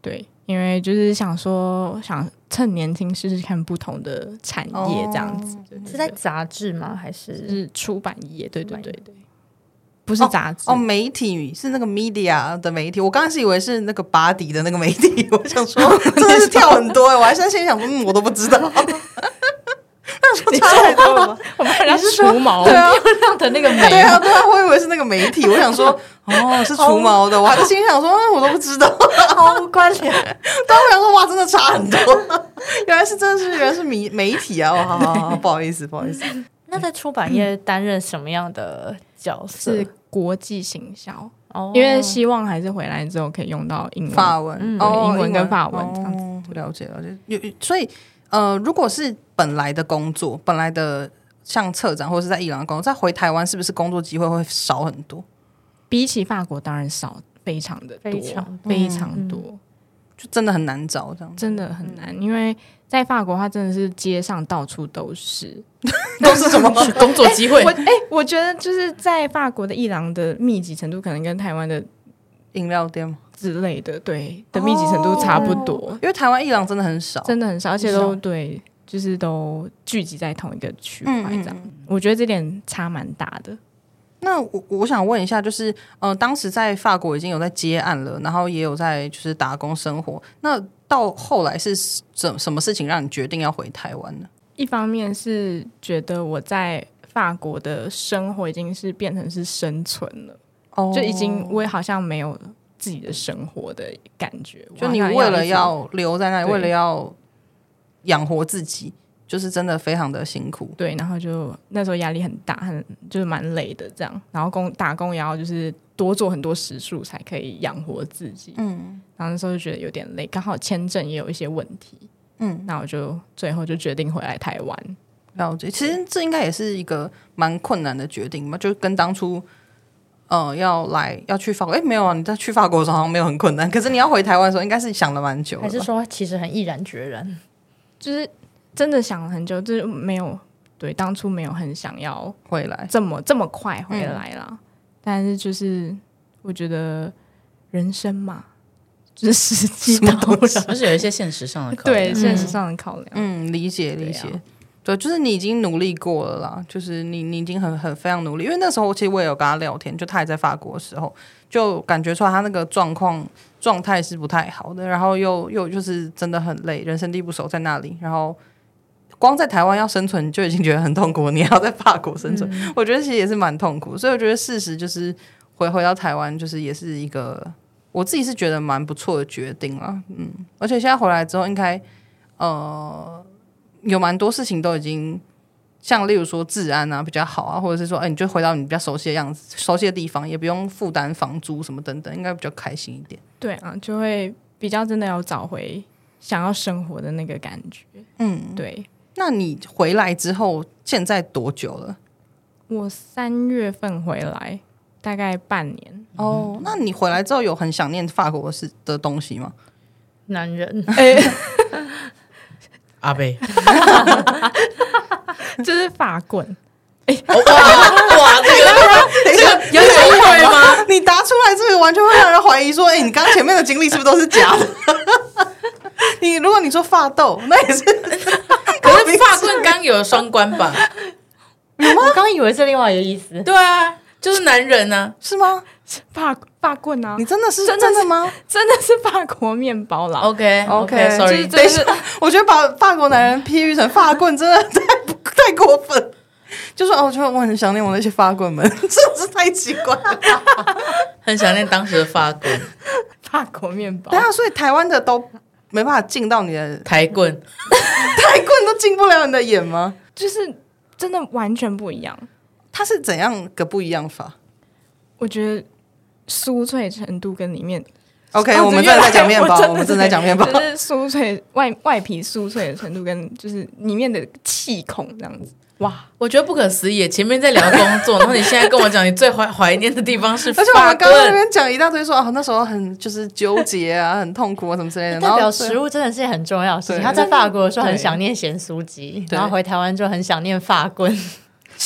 D: 对，因为就是想说，想趁年轻试试看不同的产业这样子，对对
C: 是在
D: 对
C: 杂志吗？还是
D: 是出版业，对对
C: 出版业
D: 对对，不是杂志
A: 哦，媒体是那个 media 的媒体，我刚开始以为是那个巴迪的那个媒体，我想说 真的是跳很多哎、我还是在心里想说，嗯，我都不知道，那差太多了吧？
D: 我们人家是除毛，
A: 对啊，
C: 漂亮的那个 美
A: 对啊，对啊，我以为是那个媒体，我想 说，哦，是除毛的，我还在心里想说，嗯，我都不知道，
C: 好无哦关联。
A: 但我想说，哇，真的差很多， 原来是真的是原来是媒媒体啊，哦，好好好，不好意思，不好意思，
D: 嗯
C: 那在出版业担任什么样的角色？
D: 是国际行销，
C: 哦
D: 因为希望还是回来之后可以用到英文。
A: 法
C: 嗯
A: 文，
D: 对
A: 哦，
D: 英文跟法文这样子
A: 哦，了解了解。有所以呃，如果是本来的工作，本来的像策展或者是在伊朗的工作，再回台湾是不是工作机会会少很多？
D: 比起法国当然少，非常的多，
C: 非常
D: 非常多。
A: 就真的很难找这样子，
D: 真的很难，因为在法国，它真的是街上到处都是。
A: 都是什么？
B: 工作机会
D: 我哎、我觉得就是在法国的艺廊的密集程度，可能跟台湾的
A: 饮料店吗？
D: 之类的对的密集程度差不多，
A: 因为台湾伊朗真的很少，
D: 真的很少，而且
A: 很
D: 都
A: 少
D: 对，就是都聚集在同一个区块
A: 嗯嗯
D: 这样。我觉得这点差蛮大的。
A: 那我我想问一下，就是呃，当时在法国已经有在接案了，然后也有在就是打工生活，那到后来是什什么事情让你决定要回台湾呢？
D: 一方面是觉得我在法国的生活已经是变成是生存了。
A: 哦
D: 就已经我也好像没有自己的生活的感觉。
A: 就
D: 我
A: 你
D: 好像
A: 为了
D: 一直
A: 要留在那里，
D: 对
A: 为了要养活自己，就是真的非常的辛苦。
D: 对，然后就那时候压力很大，很就是蛮累的这样。然后工打工也要就是多做很多时数才可以养活自己。
A: 嗯
D: 然后那时候就觉得有点累，刚好签证也有一些问题，
A: 嗯，
D: 那我就最后就决定回来台湾。
A: 了解。其实这应该也是一个蛮困难的决定嘛，就跟当初。呃，要来要去法国，哎，没有啊，你在去法国的时候好像没有很困难，可是你要回台湾的时候，应该是想了蛮久了吧。
C: 还是说其实很毅然决然？
D: 就是真的想了很久，就是没有对当初没有很想要
A: 回来？
D: 这么这么快回来啦。嗯但是就是我觉得人生嘛，就是时机到了，
B: 而且有一些现实上的考量
D: 对现实上的考量。
A: 嗯，理解
D: 对啊
A: 理解。对，就是你已经努力过了啦，就是你你已经很很非常努力，因为那时候其实我也有跟他聊天，就他也在法国的时候，就感觉出来他那个状况状态是不太好的，然后又又就是真的很累，人生地不熟在那里，然后光在台湾要生存就已经觉得很痛苦，你还要在法国生存， 我觉得其实也是蛮痛苦，所以我觉得事实就是回回到台湾就是也是一个我自己是觉得蛮不错的决定啊，嗯，而且现在回来之后应该呃。有蛮多事情都已经像例如说治安啊比较好啊，或者是说，哎、你就回到你比较熟悉的样子、熟悉的地方，也不用负担房租什么等等，应该比较开心一点。
D: 对啊，就会比较真的要找回想要生活的那个感觉。
A: 嗯，
D: 对，
A: 那你回来之后，现在多久了？
D: 我三月份回来，大概半年。
A: 哦，那你回来之后有很想念法国是的东西吗？
C: 男人，
D: 哎
B: 阿 贝，
D: 就是法棍，
B: 哇哇，这个
A: 这个有机会 吗？ 你答出来这个完全会让人怀疑说，哎、你刚前面的经历是不是都是假的？ 你如果你说发豆，那也 是，
B: 可是发棍刚有双关吧？
C: 我刚以为是另外一个意思。
B: 对啊，就是男人啊，
A: 是吗？
D: 法法棍啊
A: 你，真的是
D: 真
A: 真
D: 的
A: 的
D: 是
A: 吗？
D: 真的是法国面包啦。
B: OK
A: OK，
D: 就是
B: OK，Sorry，
D: 真的是
A: 我觉得把法国男人譬喻成发棍，真的太不太过分。就说哦，我觉得我很想念我那些发棍们， 真的是太奇怪了。
D: 哦
B: 很想念当时的发棍、
D: 法国面包
A: 对。啊，所以台湾的都没办法进到你的
B: 抬棍，
A: 台棍，都进不了你的眼吗？
D: 就是真的完全不一样。
A: 它是怎样个不一样法
D: 我觉得酥脆程度跟里面，
A: ？OK，、
D: 哦
A: 我们
D: 这越
A: 正
D: 来
A: 在讲面包，
D: 我真的
A: 我们正在讲面包。
D: 就是酥脆外外皮酥脆的程度跟就是里面的气孔这样子。哇，
B: 我觉得不可思议。前面在聊工作，然后你现在跟我讲你最怀怀念的地方是
A: 而且我
B: 发
A: 们刚刚那
B: 棍，
A: 边讲一大堆说啊，那时候很就是纠结啊，很痛苦啊，什么之类的。然
C: 代
A: 后
C: 表
A: 最
C: 食
A: 后
C: 物真的是很重要的事情。
A: 对
C: 他在法国的时候
A: 对
C: 很想念咸酥鸡，
A: 对
C: 然后回台湾就很想念法棍。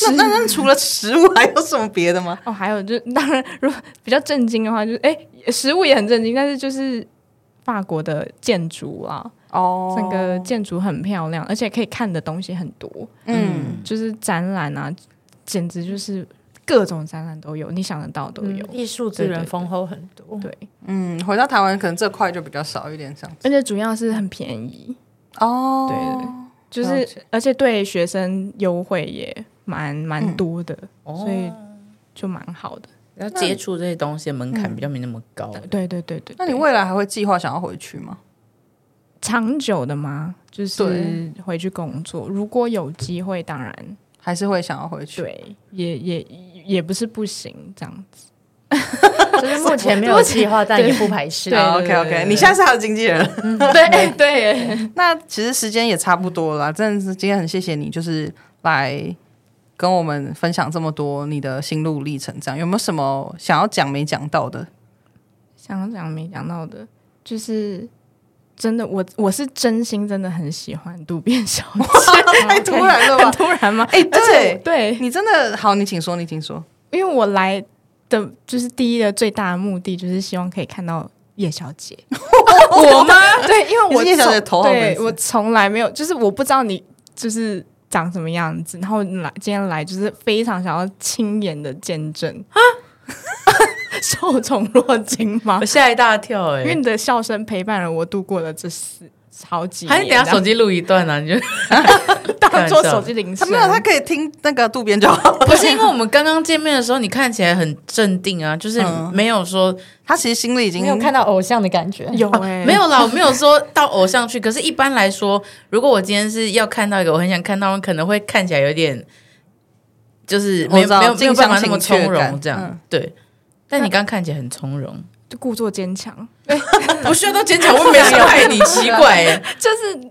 A: 那那那除了食物还有什么别的吗？
D: 哦，还有就是，当然，如果比较震惊的话，就是哎，食物也很震惊，但是就是法国的建筑啊，
A: 哦
D: 整个建筑很漂亮，而且可以看的东西很多，
A: 嗯，
D: 就是展览啊，简直就是各种展览都有，你想得到都有。
C: 嗯艺术资
D: 对对
C: 源
D: 对
C: 丰厚很 多。
D: 对，
A: 嗯，回到台湾可能这块就比较少一点，这样
D: 而且主要是很便宜，
A: 哦
D: 对对对就
A: 了
D: 是而且对学生优惠也蛮蛮多的，
A: 嗯
D: 所以
A: 哦
D: 就蛮好的。
B: 要接触这些东西的门
A: 嗯
B: 槛比较没那么高。
D: 对对对对，
A: 那你
D: 对
A: 未来还会计划想要回去吗？
D: 长久的吗？就是
A: 对
D: 回去工作，如果有机会，当然
A: 还是会想要回去？
D: 对，也也也不是不行这样子。
C: 就是目前没有计划，但也不排斥。
D: 对啊
A: ，OK OK，你现啊在是他的经纪人了。
C: 嗯
D: 对对，
A: 那其实时间也差不多了啦，真的是今天很谢谢你，就是来跟我们分享这么多你的心路历程，这样有没有什么想要讲没讲到 的？
D: 想讲没讲到的，就是真的，我我是真心真的很喜欢渡边小姐，
A: 太突然了吧
D: 很突然吗？
A: 哎、
D: 而且我
A: 对，
D: 对，
A: 你真的好，你请说，你请说。
D: 因为我来的就是第一个最大的目的，就是希望可以看到叶小 姐。我吗？对，因为
A: 你
D: 我
A: 是叶小姐
D: 从
A: 的头号粉
D: 对
A: 丝
D: 我从来没有，就是我不知道你就是长什么样子，然后来今天来就是非常想要亲眼的见证啊， 受宠若惊吗
B: 我？吓一大跳哎、
D: 因为你的笑声陪伴了我度过了这四好几年，
B: 还是等一下手机录一段啊？你就
D: 当做手机铃
A: 他
D: 声，
A: 没有，他可以听那个渡边就好。
B: 不是因为我们刚刚见面的时候，你看起来很镇定啊，就是
A: 嗯
B: 没有说、
A: 他其实心里已经
C: 没有看到偶像的感觉。
D: 有哎、
B: 没有啦，我没有说到偶像去。可是，一般来说，如果我今天是要看到一个我很想看到，可能会看起来有点就是没
A: 我
B: 有
A: 知道
B: 没有没有
A: 近乡
B: 办法那么
A: 情怯
B: 从
A: 感
B: 容这样。
A: 嗯
B: 对，但你刚看起来很从 容，
D: 就故作坚强，
B: 不需要到坚强，我没有害你，奇怪、欸。
D: 就是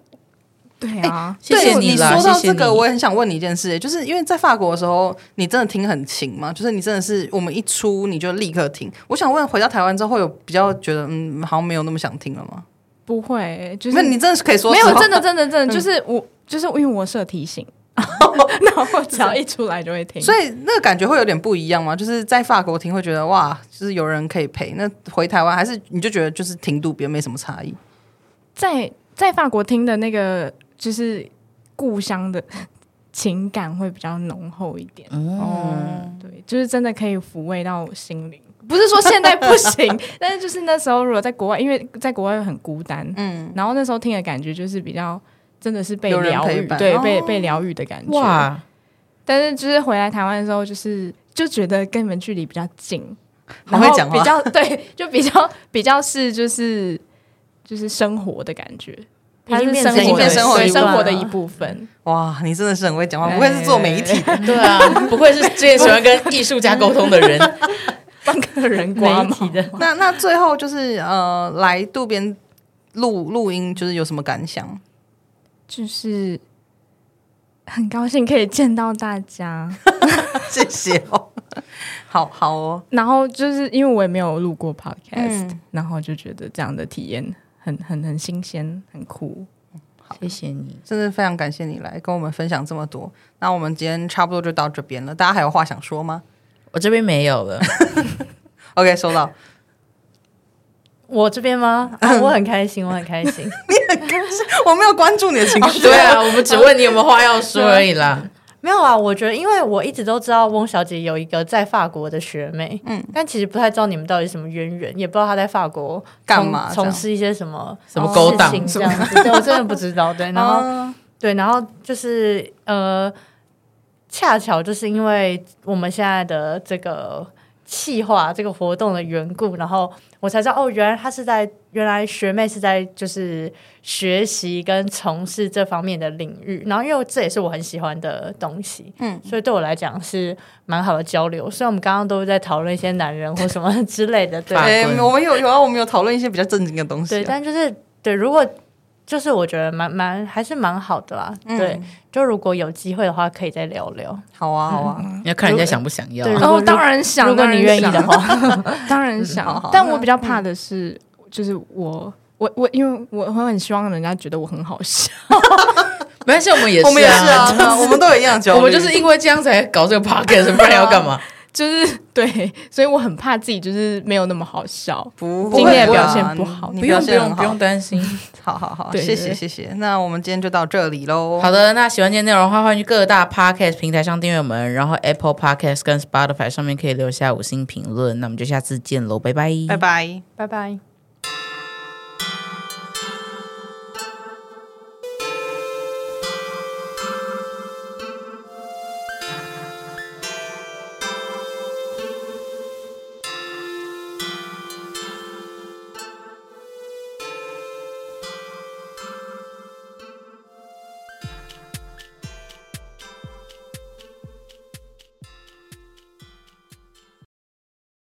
D: 对啊，
B: 谢
A: 对
B: 谢
A: 你
B: 啦，
A: 说
B: 谢
A: 到
B: 谢
A: 这个，
B: 你
A: 我也很想问你一件事，就是因为在法国的时候，你真的听很勤吗？就是你真的是我们一出你就立刻听。我想问，回到台湾之后，会有比较觉得嗯，好像没有那么想听了吗？
D: 不会、欸，就
A: 那、
D: 是
A: 你真的是可以说
D: 没有，
A: 实话 嗯
D: 真的，真的，真的，就是我，就是因为我设提醒，然后我只要一出来就会听。
A: 所
D: 以
A: 以那个感觉会有点不一样吗？就是在法国听会觉得哇，就是有人可以陪。那回台湾还是你就觉得就是听渡边没什么差异？
D: 在在法国听的那个就是故乡的情感会比较浓厚一点，
A: 哦、
D: 对，就是真的可以抚慰到我 心灵。不是说现在不行，但是就是那时候如果在国外，因为在国外很孤单，嗯，然后那时候听的感觉就是比较真的是被
A: 有人
D: 疗
A: 陪
D: 愈，
A: 伴
D: 对，
A: 哦
D: 被被疗愈的感觉。
B: 哇，
D: 但是就是回来台湾的时候，就是就觉得跟你们距离比较近，
A: 好
D: 然后
A: 会讲话
D: 比较 对，就比较比较是就是就是生活的感觉，它
C: 已经
D: 是
C: 变成
D: 生活
A: 已经
D: 的
A: 变生活的
D: 对
A: 一部分
C: 了
D: 生活的一部分。
A: 哇，你真的是很会讲话，不愧是做媒体。
B: 对啊，不愧是最喜欢跟艺术家沟通的人。
D: 帮个人刮
C: 媒
D: 毛
C: 体的
A: 那那最后就是呃，来渡边录录音，就是有什么感想？
D: 就是很高兴可以见到大家。
A: 谢谢哦，好好哦，
D: 然后就是因为我也没有录过 podcast，、
A: 嗯
D: 然后就觉得这样的体验很很很新鲜，很酷。
B: 谢谢你。
A: 真的非常感谢你来跟我们分享这么多。那我们今天差不多就到这边了，大家还有话想说吗
B: 我这边没有 了，
A: ？OK，收到。
C: 我这边吗、啊
D: 嗯
C: 我很开心，我很开心。
A: 我没有关注你的 情绪，
B: 对啊，我们只问你有没有话要说而已啦。
C: 没有啊，我觉得，因为我一直都知道翁小姐有一个在法国的学妹，嗯，但其实不太知道你们到底什么渊源，也不知道她在法国
A: 干嘛
C: 从
A: 这样
C: 从事一些什么哦
B: 什么勾当
C: 事情这样子，对我真的不知 道。对，然后、
A: 嗯
C: 对，然后就是呃，恰巧就是因为我们现在的这个企划这个活动的缘故，然后我才知道哦，原来她是在原来学妹是在就是学习跟从事这方面的领域，然后因为这也是我很喜欢的东西，嗯，所以对我来讲是蛮好的交流。虽然我们刚刚都在讨论一些男人或什么之类的，对
B: 法
A: 哎、
B: 棍
A: 我们有有啊，我们有讨论一些比较正经的东西、
C: 对，
A: 啊。
C: 但就是对，如果就是我觉得蛮蛮还是蛮好的啦，
A: 嗯
C: 对，就如果有机会的话，可以再聊聊。
A: 好啊，好啊，
B: 你要看人家想不想要
C: 对
B: 啊、
C: 如果
D: 哦，当然想，
C: 如果你愿意
D: 当
C: 的
D: 然想，
C: 话，
D: 当然想。
A: 好好
D: 但我比较
C: 嗯
D: 怕的是，就是我我我，因为我我很希望人家觉得我很好笑。
B: 没关系，我们也是、啊，
A: 我们也是啊，
B: 就是
A: 我们都有一样的焦虑，
B: 我们就是因为这样才搞这 个 podcast，不然要干嘛？
D: 就是对，所以我很怕自己就是没有那么好笑。
A: 不会
D: 今天也
A: 不会
D: 表现
A: 啊
D: 不好
A: 你
B: 不
A: 表
B: 用不
A: 现
B: 用
A: 很
B: 不
A: 好
B: 用，担心。
A: 好好好，
D: 对
A: 谢
D: 对
A: 谢
D: 对
A: 谢谢。那我们今天就到这里喽，
B: 好的，那喜欢今天内容的话，欢迎去各大 podcast 平台上订阅我们，然后 Apple Podcast 跟 Spotify 上面可以留下五星评论。那我们就下次见喽，拜拜，
A: 拜拜。
C: 拜拜。